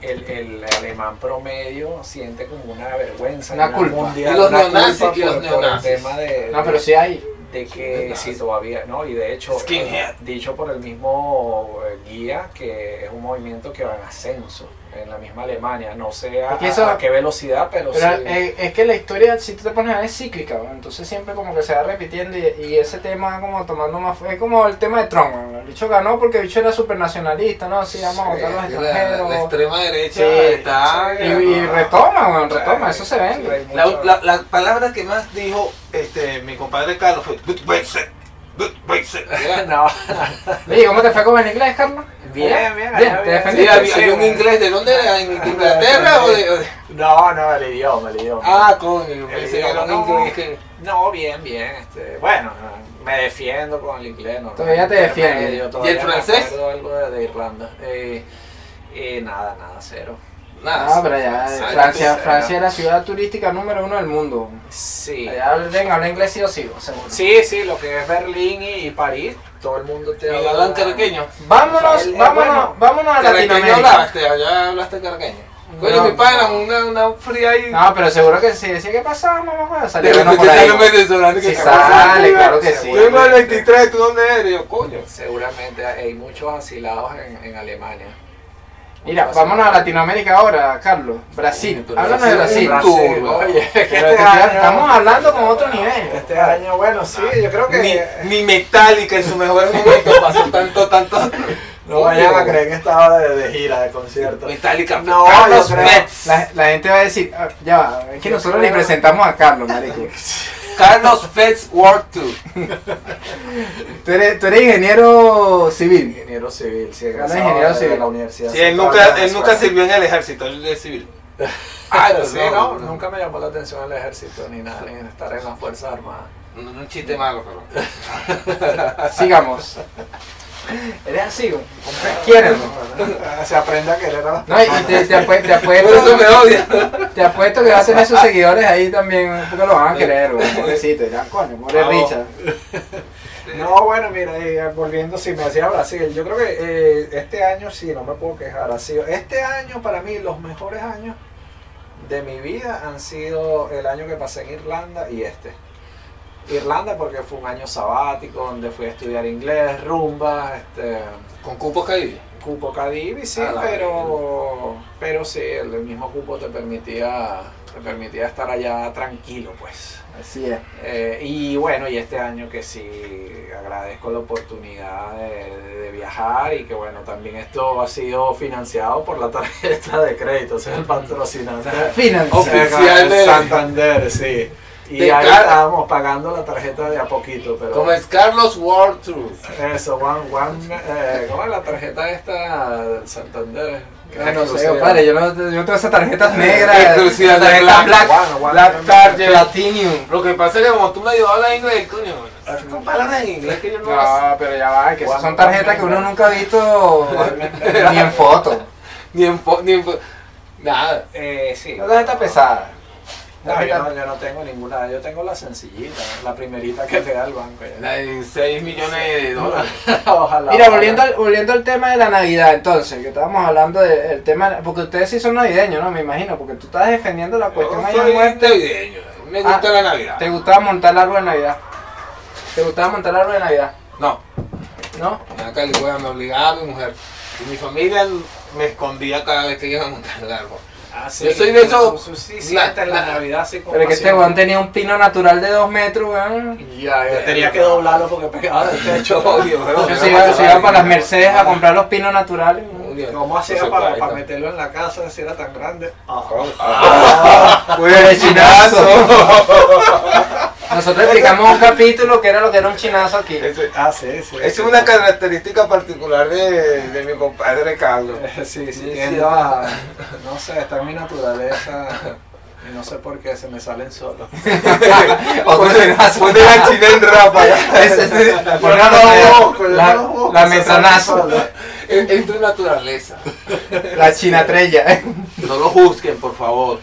C: el- el- el alemán promedio siente como una vergüenza,
A: Una culpa.
C: mundial,
B: Y los
C: una
B: neonazis,
C: culpa
B: y los
C: por, por el
B: neonazis.
C: tema de,
A: No, pero sí hay.
C: de que sí todavía, ¿no? Y de hecho,
D: Skinhead.
C: eh, dicho por el mismo eh, guía, que es un movimiento que va en ascenso en la misma Alemania, no sé a,
A: Es que eso-
C: a qué velocidad, pero,
A: Pero
C: sí.
A: eh, es que la historia, si tú te pones a ver, es cíclica, ¿no? entonces siempre como que se va repitiendo y, y ese tema va como tomando más... fu- Es como el tema de Trump, ¿no? el bicho ganó porque el bicho era supernacionalista, ¿no? Sí, vamos a votar a los
B: Sí, la, la
A: extranjeros.
B: extrema derecha
A: Sí,
B: está.
A: Y, y retoma, weón, retoma, eso se
C: eh, Sí,
A: vende.
C: hay
D: La,
C: mucho-
D: la- la palabra que más dijo este, mi compadre Carlos fue Budweiser. Budweiser.
B: ¿verdad?
C: No.
A: Oye, ¿cómo te fue con el inglés, Carlos?
C: Bien,
A: Bien,
C: bien, allá
A: te
C: bien.
B: Sí,
A: defendiste.
B: había, había un inglés, ¿de dónde era? ¿En Inglaterra o de.? o de-
C: No, no, el idioma, el idioma.
B: Ah, coño, pensé que era
C: No.
B: un inglés que.
C: No, bien, bien. Este, bueno, me defiendo con el inglés. ¿no?
A: Todavía te defiendes.
C: Intermedio, todavía
B: ¿Y el
C: me
B: francés?
C: acuerdo algo de, de Irlanda. Eh, eh, nada, nada, cero.
A: Ah,
B: Nada.
A: pero allá,
G: sí,
A: Francia,
G: sí,
A: Francia es la ciudad turística número uno del mundo.
G: Sí.
A: Allá hablan, hablan inglés sí o sí, o seguro.
G: Sí, sí, lo que es Berlín y París, todo el mundo te
B: Y hablan caraqueño.
A: Vámonos,
G: El- el
A: vámonos,
G: bueno.
A: vámonos a
B: Caraqueño
A: Ah, Latinoamérica.
B: hablaste, allá hablaste caraqueño. Coño,
A: No.
B: mi pana, una, una fría ahí.
A: No, pero seguro que sí. Decía que pasaba, mamá,
B: de
A: salía uno
B: repente
A: por ahí.
B: sale un venezolano que
A: Sí,
B: se
A: sale, claro que sí.
B: Yo vengo del 23, ¿tú dónde eres? Yo, coño.
G: Seguramente hay muchos asilados en, en Alemania.
A: Mira, vámonos a Latinoamérica ahora, Carlos. Brasil.
B: Pero
A: Háblanos de
B: Brasil,
A: Brasil.
B: un tour, ¿no?
G: Oye, que
A: Pero
G: este
A: que ya
G: año-
A: estamos hablando con otro nivel.
G: Este año, bueno, sí, yo creo que...
C: eh,
B: Ni, ni Metallica en su mejor momento pasó tanto, tanto.
C: No vayan a creer que estaba de, de gira, de concierto.
B: Metallica,
G: No,
B: Carlos
G: yo creo-
B: Fritz.
A: La, la gente va a decir, ah, ya va, es que nosotros ni presentamos a Carlos, marico.
B: Carlos Fritz World Tour.
A: Tú eres, tú eres ingeniero civil.
C: Ingeniero civil, sí,
A: Era
C: egresado
A: ingeniero
C: de
A: civil.
C: la universidad.
B: Sí, él
C: Central
B: nunca,
C: de
B: él nunca
C: Venezuela.
B: sirvió en el ejército, él es civil.
G: Ah, pero
B: Pues
G: sí,
B: no,
G: no,
B: no.
G: nunca me llamó la atención el ejército ni nada, ni en estar en las Fuerzas Armadas.
B: Un, un chiste malo, pero.
A: Sigamos. Eres así, güey. Quiérenlo.
C: Se aprende a querer a las
A: No, y y te, te apue- te apuesto,
B: Por eso me odia. Ah.
A: te apuesto que va a tener sus seguidores ahí también, porque lo van a querer, güey. Pobrecito, ya coño, pobre
H: Vamos.
A: Richard.
C: No, bueno, mira, eh, volviendo, si me decía Brasil, yo creo que eh, este año sí, no me puedo quejar. Ha sido, este año, para mí, los mejores años de mi vida han sido el año que pasé en Irlanda y este. Irlanda porque fue un año sabático donde fui a estudiar inglés, rumba, este,
B: Con cupos caídos.
C: cupo Cadivi, sí,
B: A la
C: pero, pero sí, el mismo cupo te permitía, te permitía estar allá tranquilo, pues.
A: Así es.
C: Eh, y bueno, y este año que sí agradezco la oportunidad de, de viajar y que bueno, también esto ha sido financiado por la tarjeta de crédito, o sea, el patrocinante
A: Financiero.
B: Oficial de-
C: Santander, sí. Y
B: De
C: ahí
B: cara-
C: estábamos pagando la tarjeta de a poquito, pero
B: Como es Carlos World Tour.
C: eso, one, one, eh, ¿cómo es la tarjeta esta del Santander?
A: Ah, No, no sé, compadre, yo no yo tengo esas tarjetas negras.
B: Exclusiva Ah, de
A: tarjetas
B: Black.
C: One,
A: black,
C: one,
A: black
C: one,
A: card,
B: one.
A: platinum.
B: Lo que pasa es que como tú medio hablas inglés, coño. Haz Con palabras en inglés que yo no las-
A: No, pero ya va, que esas
C: One,
A: son tarjetas
C: one,
A: que uno nunca ha visto ni en foto.
B: Ni en fo- ni en fo- Nada.
C: Eh, sí.
A: Una tarjeta pesada.
C: No, yo no, yo no tengo ninguna, yo tengo la sencillita, la primerita que te da el banco. ya.
B: La de 6 millones de dólares.
C: Ojalá.
A: Mira,
C: ojalá.
A: volviendo al, volviendo al tema de la Navidad, entonces, que estábamos hablando de- del tema, porque ustedes sí son navideños, ¿no? Me imagino, porque tú estás defendiendo la cuestión
B: Yo
A: ahí en
B: soy
A: muerte.
B: navideño. Me gusta
A: Ah,
B: la Navidad.
A: ¿Te gustaba montar el árbol de Navidad? ¿Te gustaba montar el árbol de Navidad?
B: No,
A: ¿No?
B: acá California me obligaba a mi mujer. Y mi familia me escondía cada vez que iba a montar el árbol.
C: Ah,
B: Yo soy de esos-
C: Sí, sí,
B: la-
C: sientes la,
B: la-
C: Navidad así como
A: Pero es que este
C: pasión.
A: weón tenía un pino natural de dos metros, weón.
C: Ya, yo tenía que doblarlo porque pegaba del techo.
B: Odio,
A: Yo se iba, se iba para las Mercedes a comprar los pinos naturales. weón.
C: ¿Cómo hacía
B: Eso
C: para,
B: cuesta.
C: para meterlo en la casa si era tan grande? Ah,
D: Ah,
A: Pero el Pues, chinazo. Nosotros explicamos un capítulo que era lo que era un chinazo aquí.
C: Ah, sí, sí.
D: Es una característica particular de, de mi compadre Carlos.
C: Sí, sí, tiendo a- No sé, está en mi naturaleza. Y no sé por qué se me salen solos.
A: Otro chinazo.
D: Poner al chino en ráfaga.
A: Ese- ese-
C: Yo no
A: la-
C: los busco, yo
A: la-
C: no los busco,
A: La
C: se salen
A: metronazo,
C: solos.
B: Entre naturaleza.
A: la chinatrella.
B: No lo juzguen, por favor.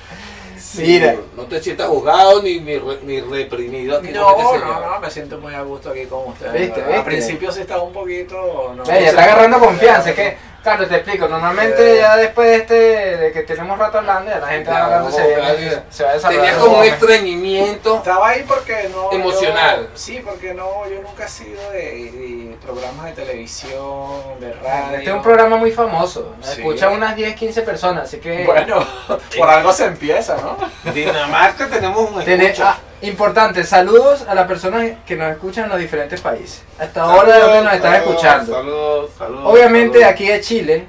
A: Mira,
B: No te sientas juzgado ni, ni, re- ni reprimido aquí
C: No,
B: con este
C: no,
B: señor.
C: no, me siento muy a gusto aquí con ustedes.
A: Viste,
C: ¿verdad? Al
A: viste.
C: principio sí estaba un poquito. No,
A: ve, ya está agarrando confianza. Es que, claro, te explico. Normalmente, ya después de este, de que tenemos rato hablando, ya la gente va
B: No,
A: agarrando, se,
B: claro.
A: viene- se va
B: Tenía
A: desarrollando.
B: como un extrañimiento.
C: Estaba ahí porque no.
B: Emocional.
C: yo- sí, porque no, yo nunca he sido de, de programas de televisión, de radio.
A: Este es un programa muy famoso.
C: Sí.
A: Escucha unas 10, 15 personas. Así que.
C: Bueno, por algo se empieza, ¿no?
D: Dinamarca tenemos un
A: Tener-
D: escucha.
A: ah, importante, saludos a las personas que nos escuchan en los diferentes países. Hasta ahora de donde nos están
D: Saludos,
A: escuchando.
D: Saludos, saludos.
A: Obviamente de
D: saludos.
A: aquí de Chile,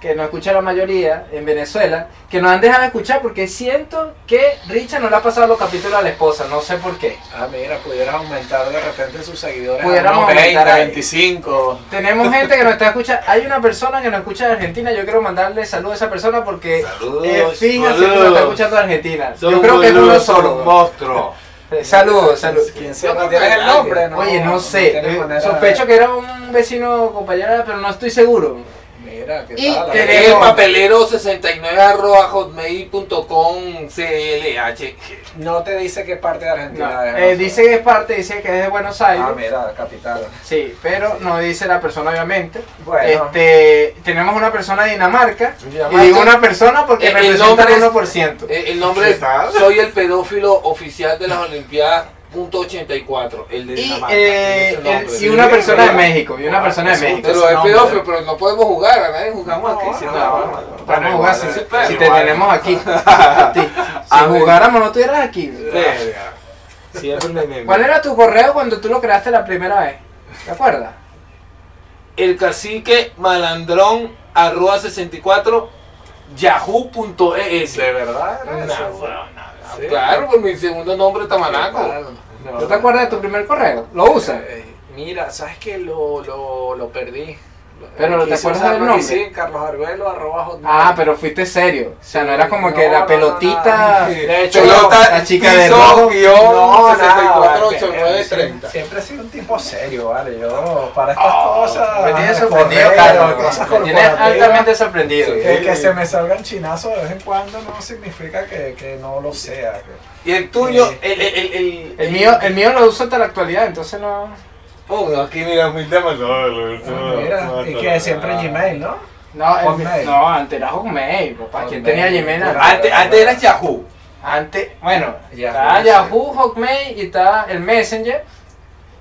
A: que nos escucha la mayoría, en Venezuela, que nos han dejado de escuchar porque siento que Richard no le ha pasado los capítulos a la esposa, no sé por qué.
C: Ah, mira, pudieras aumentar de repente sus seguidores. a
A: Pudiéramos
C: unos 20,
A: aumentar ahí.
C: 25.
A: Tenemos gente que nos está escuchando, hay una persona que nos escucha de Argentina, yo quiero mandarle saludos a esa persona porque
D: Saludos,
A: eh, fíjate que nos
D: saludos.
A: está escuchando de Argentina.
D: Son
A: Yo creo que es
D: boludos,
A: uno
D: son un
A: solo.
D: monstruo.
A: Eh, Saludos, saludos.
C: ¿Quién
B: Yo
C: se
B: creo
C: no
B: que
C: tienes el
B: hay
C: nombre, ¿no?
A: Oye, no sé,
C: tiene
A: eh,
C: manera-
A: sospecho que era un vecino o compañera, pero no estoy seguro.
C: Mira,
I: Mira, que
A: Y
I: tal,
A: que-
B: El papelero 69 arroba hotmail.com CLH.
I: No te dice qué parte de Argentina
A: No,
I: es.
A: eh, dice que es parte, dice que es de Buenos Aires.
I: Ah, mira, capital.
A: Sí, pero no dice la persona obviamente.
I: Bueno.
A: Este, tenemos una persona de Dinamarca,
B: Dinamarca.
A: y digo una persona porque
B: El- el
A: representa
B: nombre
A: el
B: es-
A: 1%.
B: Eh, El nombre es Soy el pedófilo oficial de las Olimpiadas. Punto 84, el de
A: y,
B: Dinamarca.
A: eh,
B: tiene ese nombre.
A: el- y una
I: Sí,
A: persona de
I: ¿verdad?
A: México, y una persona de
I: Sí,
A: México.
B: Pero es
I: nombre.
B: pedófilo, pero no podemos jugar, a nadie jugamos aquí. si
I: no,
B: no.
I: no, no.
A: Vamos a jugar si,
J: Sí,
A: si
J: pero
A: te
J: igual.
A: tenemos aquí. A ti. Si jugáramos, no estuvieras aquí.
J: Verga. Siempre me meme.
A: ¿Cuál era tu correo cuando tú lo creaste la primera vez? ¿Te acuerdas?
B: El cacique malandrón arroba 64 yahoo.es.
A: Este,
I: ¿De verdad? era
B: No,
I: eso? Sí.
B: E Claro, por mi segundo nombre Tamanaco.
I: Claro.
A: ¿Tú te acuerdas de tu primer correo? ¿Lo usas?
I: Eh, Mira, ¿sabes que lo, lo, lo perdí?
A: Pero, ¿te
I: Quise
A: acuerdas
I: usarlo
A: del
I: y
A: nombre?
I: Sí, Carlos Arguelo, arroba hotmail.
A: Ah, pero fuiste serio. O sea, no era como que
I: No,
A: la
I: no, no,
A: pelotita.
I: no.
A: De hecho,
B: Pelota,
A: la chica de
B: piso,
A: rojo.
B: guión,
I: No,
B: 64,
I: nada,
B: 89,
I: eh,
B: 30.
C: Siempre he sido un tipo serio, ¿vale? Yo, para estas cosas.
A: Oh, Me tienes sorprendido,
C: sorprendido,
A: Carlos.
C: cosas
A: Me tienes
C: corporativas,
A: altamente sorprendido.
B: Sí.
C: Que, que se me salgan chinazos de vez en cuando no significa que, que no lo sea. que-
B: Y el tuyo,
C: Sí.
B: el, el, el, el-
A: El mío, el mío lo uso hasta la actualidad, entonces no.
B: Oh, no, aquí mira.
D: Mira, mil temas. No,
A: Ah,
D: lo- no, no,
C: Mira, y
D: no,
C: que
D: no,
C: siempre
D: no.
C: Gmail, ¿no?
A: No, el
C: Hotmail.
A: mío- no antes era Hotmail, papá. ¿Quién
I: Hotmail.
A: tenía Gmail? antes?
B: Antes, antes era Yahoo.
A: Antes, bueno,
I: Yahoo,
A: estaba
I: sí.
A: Yahoo, Hotmail y estaba el Messenger.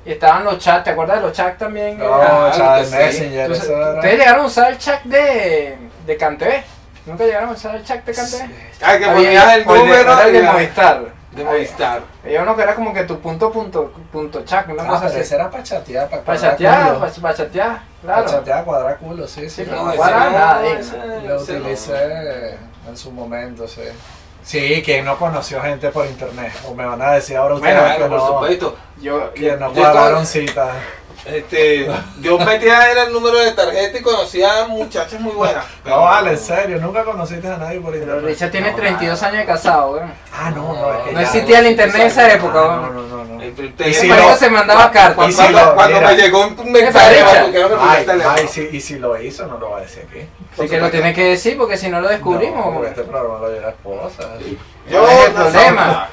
A: Y estaban los chats, ¿te acuerdas de los chats también?
C: No,
B: claro
C: chaval,
B: que sí.
C: Messenger,
A: Entonces,
C: eso era-
A: Ustedes llegaron a usar el chat de, de CanTV. ¿Nunca llegaron a usar el chat de CanTV?
C: pues,
B: Ah, que
A: Había
B: ponías el
A: o de-
B: número
A: era el de
B: y ya.
A: Movistar.
B: de Movistar.
A: Había uno que era como que tu punto, punto, punto chat, una
C: Ah,
A: cosa
C: pero
A: así.
C: ese era para chatear, para
A: Para
C: cuadrar
A: chatear,
C: culo.
A: para pa chatear,
C: Para
A: claro.
C: chatear, cuadrar culo, sí, sí.
A: Sí,
C: lo-
A: no, guarda nada, eh.
C: lo utilicé en su momento, sí. Sí, quien no conoció gente por internet. O me van a decir ahora ustedes
B: Bueno, claro,
C: que
B: por
C: no.
B: supuesto.
A: Yo,
C: Que no
B: Yo
C: cuadraron
B: estaba-
C: citas.
B: Este, yo metía era el número de tarjeta y conocía a muchachas muy buenas.
C: No vale, en serio, nunca conociste a nadie por
A: pero
C: internet.
A: Richard tiene 32 años de casado, weón.
C: Ah, no, no, es que
A: No
C: ya-
A: existía el internet en esa
C: Ah,
A: época,
C: No,
A: weón.
C: no, no, no.
B: El- el
A: Ese
C: Y si
B: teléfono-
A: marico
C: no-
A: se mandaba cartas.
C: y si
B: Cuando,
C: lo-
B: cuando
C: mira.
B: me llegó un
A: ¿Qué
B: mensaje,
A: pareja?
B: porque era mi primer
C: Ay,
B: teléfono.
C: ay, sí, y si lo hizo, no lo va a decir aquí.
A: Así que lo tienes que decir porque si no lo descubrimos.
C: No, porque
A: weón.
C: este programa lo dio la esposa.
A: Yo es el problema.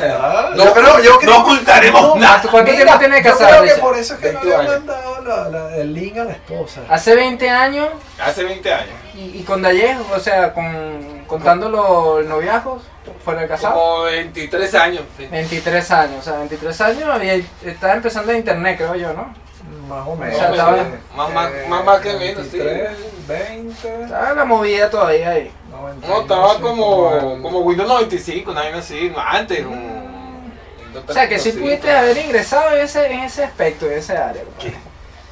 C: Ah,
B: No, creo, yo no ocultaremos nada.
A: Ah, ¿Tú ¿Cuánto tiempo tiene de
C: yo
A: casado,
C: creo que
A: Richard?
C: por eso es que no
B: 22
C: le han
B: años.
C: mandado la- la- el link a la esposa.
A: Hace 20 años
D: Hace 20 años.
A: y, y con Dallego, o sea, con, contando los noviazgos, fuera de casado.
B: Como 23 años. sí.
A: 23 años, o sea, 23 años y estaba empezando el internet, creo yo, ¿no?
C: Más o
A: O sea,
C: menos.
A: estaba-
B: más- más- más- más que menos, sí.
C: 23, 20,
A: Estaba la movida todavía ahí.
C: 90.
B: No, estaba como, como Windows 95, una vaina así, no, antes. un-
A: O sea, que si
B: sí.
A: pudiste haber ingresado en ese, en ese aspecto, en ese área. compadre.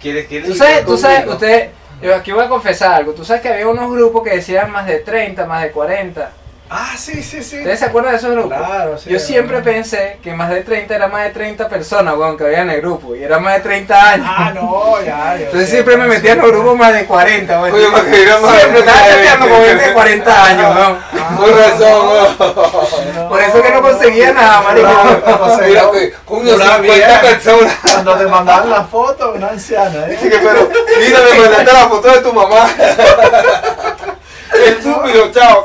B: ¿Quieres, quieres
A: Tú sabes, tú sabes,
B: conmigo?
A: usted, yo aquí voy a confesar algo. Tú sabes que había unos grupos que decían más de 30, más de 40.
C: Ah, sí, sí, sí.
A: ¿Ustedes se acuerdan de esos grupos?
C: Claro, sí.
A: Yo siempre
C: pensé.
A: pensé que más de 30 era más de 30 personas, weón, que había en el grupo. Y era más de 30 años.
C: Ah, no, ya. yo
A: Entonces
C: sé,
A: siempre me
C: no,
A: metía en
C: sí.
A: los grupos más de 40, weón.
B: Oye, porque era más de
A: Siempre estaba
B: 30.
A: chateando con gente de 40 años, weón.
C: Ah,
B: Con razón, weón.
C: no,
A: Por eso que no conseguía nada,
C: Claro,
A: marico.
C: no conseguía.
B: Mira, que con unos
C: Una
B: 50
C: vieja.
B: personas.
C: Cuando te mandaban la foto, una anciana,
B: Dice
C: ¿eh?
B: que, pero, mira, me mandaste la foto de tu mamá. Estúpido, chao.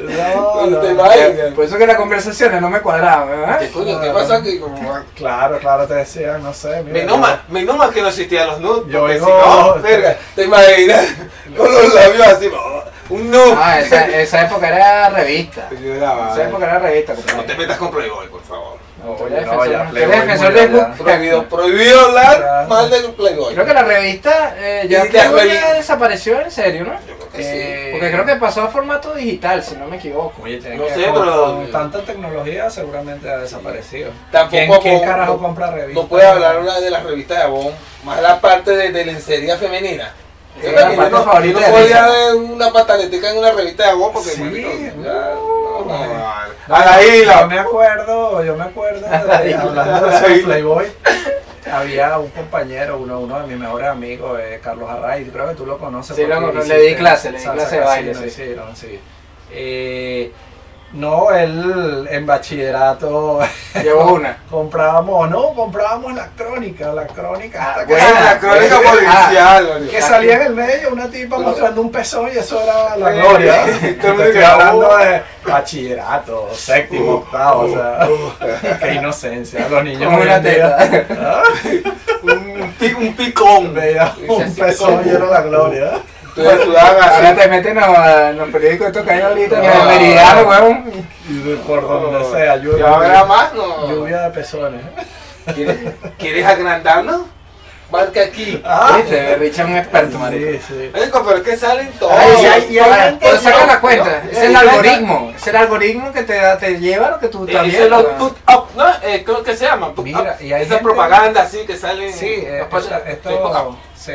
C: No,
B: Cuando te
C: no.
B: vayas.
A: Por eso que las conversaciones no me cuadraban, weón. ¿eh?
B: ¿Qué coño? ¿Qué pasa aquí? Como-
C: Claro, claro, te decían, no sé. mira,
B: Menos mal, menos mal que no existían los nudes.
C: Yo
B: porque
C: digo- "Oh,
B: si no, verga, te imaginas con los labios así, oh, un nude.
A: Ah, esa, esa época era revista.
B: Yo era-
A: Esa época era revista,
D: eh. No te
A: compadre.
D: metas
C: Ah,
D: con Playboy, por favor.
C: No,
A: Tú
C: oye,
A: eres
C: no, ya
A: defensor- tú
C: Playboy
A: eres defensor
C: murió
A: del
C: ya.
A: book.
B: Prohibido, prohibido hablar
C: Ya.
B: mal de Playboy.
A: Creo que la revista eh,
B: Y
A: ya,
B: la
A: creo que
B: revi-
A: ya desapareció en serio, ¿no?
B: Yo creo que sí.
A: Eh, Porque creo que pasó a formato digital, si no me equivoco.
C: Oye, tiene
B: No
C: que
B: sé,
C: con,
B: pero-
C: con tanta tecnología seguramente ha desaparecido.
B: Tampoco
C: ¿Quién,
B: puedo-
C: quién carajo
B: no-
C: compra revistas?
B: No puede hablar una de las revistas de Avon, más la parte de, de lencería femenina.
A: Es
B: Yo
A: la
B: también
A: parte
B: no,
A: favorita
B: no
A: de
B: podía
A: Richard.
B: ver una pataletica en una revista de Avon porque
C: Sí,
B: marico, ya, no,
C: no, no.
D: Ah,
B: vale.
C: No,
B: A la
C: Yo
B: isla.
C: me acuerdo, yo me acuerdo de, hablando de eso de Playboy. Había un compañero, uno, uno de mis mejores amigos, eh, Carlos Arraiz, creo que tú lo conoces.
A: Sí,
C: porque
A: lo conozco,
C: hiciste
A: le di clase, le di
C: salsa
A: clase de baile,
C: casino,
A: sí.
C: hicieron, sí. Eh, No, él en bachillerato
A: Llevo una.
C: comprábamos, no, comprábamos la crónica, la crónica hasta que,
D: Bueno, la crónica
C: Ah,
D: policial. Oliver.
C: que salía en el medio una tipa mostrando un pezón y eso era la
D: Eh,
C: gloria.
D: todo el mundo
C: Estoy
D: que,
C: hablando
D: "Oh".
C: de Uh, bachillerato, séptimo, octavo, o sea, qué inocencia, los niños
A: Como
C: hoy
A: una
C: en día,
A: teta.
C: ¿ah?
D: Un, un pi- un picón.
C: Veía un pezón y era la gloria.
D: Entonces sudaban
C: Ah,
A: Ahora
D: así.
A: te meten a- en los periódicos estos que hay ahorita, en
D: No.
A: el meridiano, weón.
C: Y de por donde sea,
D: ¿Y
C: lluvia,
D: ahora más? No.
C: lluvia de pezones.
D: ¿Quieres, ¿Quieres agrandarlo? Marca aquí.
C: Ah,
A: Viste, Richard es un experto, marico.
C: sí, sí.
D: Marico, pero es que salen todos.
C: Ay, y hay- y hay
A: Ahora,
C: gente-
A: pero saca la cuenta,
D: no,
A: es el
D: no,
A: algoritmo, es el algoritmo que te, da- te lleva a lo que tú estás
D: También
A: viendo.
D: Eh, los
A: weón.
D: put up, ¿no? Eh, creo que se llaman put
C: Mira,
D: up.
C: y hay
D: Esa
C: gente-
D: propaganda así que salen.
C: Sí, eh,
D: las páginas
C: esta-
D: de put up.
C: esto, sí.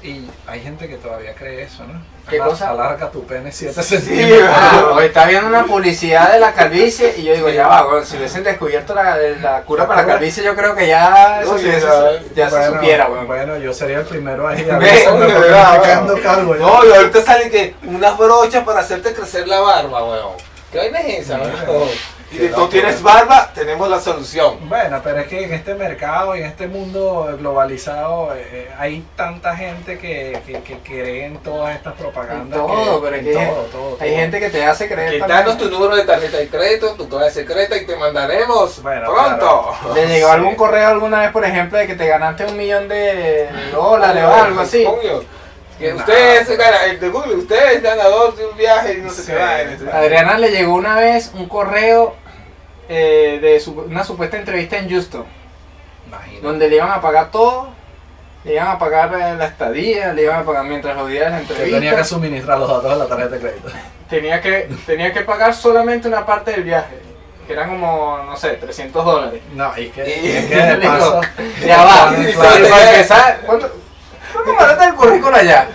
C: Y hay gente que todavía cree eso, ¿no?
A: ¿Qué
C: Alar-
A: cosa?
C: Alarga tu pene 7
A: Ah,
C: centímetros.
A: o está viendo una publicidad de la calvicie y yo digo, ya va, weón, si hubiesen descubierto la, la cura para la calvicie, yo creo que ya, eso
D: No,
A: se
D: sí,
A: hubiese-
D: ya-
A: ya se
C: Bueno,
A: supiera, weón.
C: Bueno, yo sería el primero ahí.
D: Ve,
C: avísame,
D: de
C: porque me
D: verdad,
C: estoy
D: bueno.
C: quedando calvo ya.
D: No, y ahorita salen que unas brochas para hacerte crecer la barba, weón. ¿Qué vaina es esa, weón? Y si no tienes barba, tenemos la solución.
C: Bueno, pero es que en este mercado, en este mundo globalizado, eh, eh, hay tanta gente que, que, que cree en todas estas propagandas.
A: En todo, pero es que
C: todo, todo,
A: Hay
C: todo.
A: gente que te hace creer
D: Quitanos tu
A: también.
D: número de tarjeta de crédito, tu clave secreta y te mandaremos
C: Bueno,
D: pronto.
A: ¿Te llegó
C: Sí.
A: algún correo alguna vez, por ejemplo, de que te ganaste un millón de dólares o algo así?
D: Coño, Que
C: Nah.
D: usted es, gana- el de Google, usted es ganador de un viaje y no
C: Sí.
D: sé qué va.
A: A Adriana le llegó una vez un correo eh, de su- una supuesta entrevista en Houston,
C: Imagínate.
A: donde le iban a pagar todo, le iban a pagar eh, la estadía, le iban a pagar mientras los días de la
C: Yo
A: entrevista.
C: tenía que suministrar los datos de la tarjeta de crédito.
A: tenía que, tenía que pagar solamente una parte del viaje, que eran como, no sé, 300 dólares.
C: No, y es que,
D: Y-
C: y es que de
A: Digo,
C: paso.
A: Ya va,
C: Claro,
A: y
C: claro.
A: para empezar, ¿cuánto, cuánto mandaste el currículo allá?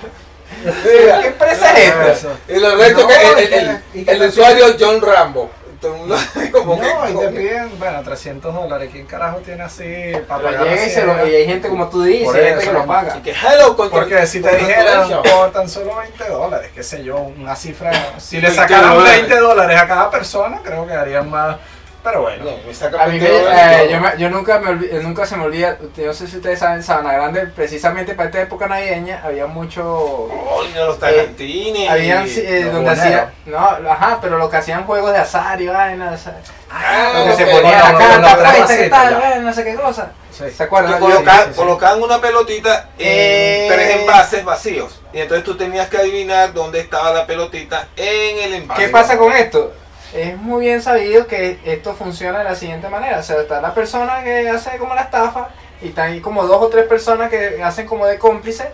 A: ¿Qué empresa es esta?
C: Eso.
D: Y lo resto
C: No,
D: que el,
C: y que
D: el-
C: la- y
D: el
C: que la-
D: usuario John Rambo. Todo el mundo como que.
C: No, y te
D: coño.
C: piden, bueno, 300 dólares. ¿Quién carajo tiene así para
A: Pero
C: pagar
A: llega y,
C: así?
A: se lo- y hay gente como tú dices,
C: Por
A: hay gente
C: eso.
A: que lo paga.
D: Y que hello, con
C: Porque si te
D: con
C: dijeran
D: controversia.
C: por tan solo 20 dólares, qué sé yo, una cifra. Si le
D: 20
C: sacaran
D: dólares.
C: 20 dólares a cada persona, creo que darían más. Pero bueno.
D: No, me saca
A: A mí me-
D: 20 dólares
A: eh,
D: y
A: yo,
D: todo.
A: me- yo nunca, me olvi- eh, nunca se me olvida, yo no sé si ustedes saben, Sabana Grande, precisamente para esta época navideña, había mucho...
D: Coño, los talantines.
A: Eh, Habían, eh,
C: los
A: donde
C: boneros.
A: hacían, no, ajá, pero lo que hacían juegos de azar y vainas,
D: Ah,
A: lo que
D: ok.
A: se
C: bueno,
A: ponía la
C: bueno, bueno,
A: carta,
C: bueno,
A: apuesta, qué
C: sí,
A: tal,
C: ya.
A: vaina, no sé qué cosa.
C: Sí.
A: ¿Se acuerdan?
D: Tú
A: Ah, Yo-
D: coloca-
C: sí, sí.
D: colocaban una pelotita en
A: Eh.
D: tres envases vacíos. Y entonces tú tenías que adivinar dónde estaba la pelotita en el envase.
A: ¿Qué pasa con esto? Es muy bien sabido que esto funciona de la siguiente manera. O sea, está la persona que hace como la estafa y están ahí como dos o tres personas que hacen como de cómplice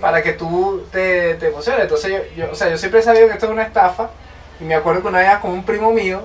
A: para que tú te, te emociones. Entonces, yo, yo- o sea, yo siempre he sabido que esto es una estafa y me acuerdo que una vez con un primo mío,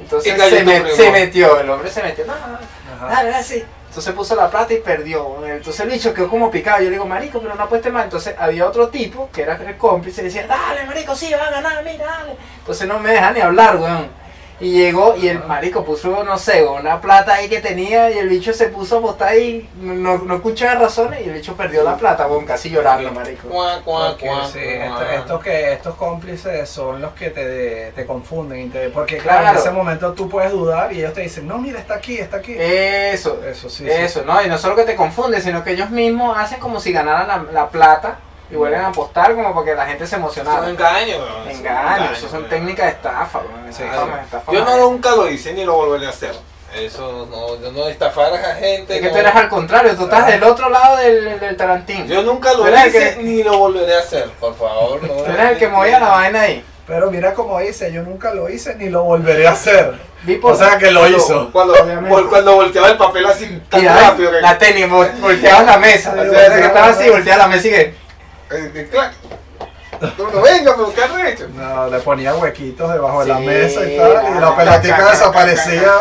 A: entonces
D: Y cayó
A: se,
D: tu
A: me-
D: primo.
A: se metió, el hombre se metió. No, no, no,
C: Ajá.
A: dale, dale, Ah, sí. Entonces puso la plata y perdió. Entonces el bicho quedó como picado. Yo le digo, marico, pero no apueste más. Entonces había otro tipo que era el cómplice y decía, dale, marico, sí, va a ganar, mira, dale. Entonces no me deja ni hablar, weón. Y llegó y el marico puso, no sé, una plata ahí que tenía y el bicho se puso a botar ahí. No, no escuchaba razones y el bicho perdió la plata, weón, casi llorando, marico.
D: Cuá, cuá,
C: Porque,
D: cuá,
C: sí,
D: cuá.
C: esto- estos, que, estos cómplices son los que te, te confunden. y te- porque, claro,
A: Claro.
C: en ese momento tú puedes dudar y ellos te dicen, no, mira, está aquí, está
D: Eh,
C: aquí.
A: Eso,
C: Eso sí. sí.
A: Eso, ¿no? Y no solo que te confunden, sino que ellos mismos hacen como si ganaran la, la plata y vuelven a apostar como para que la gente se emocionara.
D: Son engaños, weón. Son
A: Engaño, eso son
D: weón.
A: técnicas de estafa, weón.
C: Sí,
A: Estafa,
C: sí.
A: estafa.
D: Ah, Yo no nunca lo hice ni lo volveré a hacer. Eso no, yo no estafar a gente.
A: Es que
D: no.
A: tú eres al contrario, tú estás del otro lado del, del Tarantín.
D: Yo nunca lo
A: Tú eres el
D: hice
A: que-
D: ni lo volveré a hacer, por favor. No,
A: Tú eres el que movía la vaina ahí.
C: Pero mira como dice, yo nunca lo hice ni lo volveré a hacer.
A: Vi por-
C: O sea que lo
D: Cuando-
C: hizo.
D: Cuando,
A: Obviamente.
D: vol- cuando volteaba el papel así tan
A: Mira,
D: rápido que.
A: la tenis, vol- volteabas la mesa.
C: Sí,
A: o sea, que
C: sí,
A: estabas
C: sí.
A: así, volteabas la mesa y que.
D: eh, eh, clac. No, no, venga, pero qué arrecho.
C: No, le ponía huequitos debajo de la
A: Sí,
C: mesa y tal, y
A: ah,
C: la
D: ca, ca,
C: pelotica
D: ca,
C: desaparecía.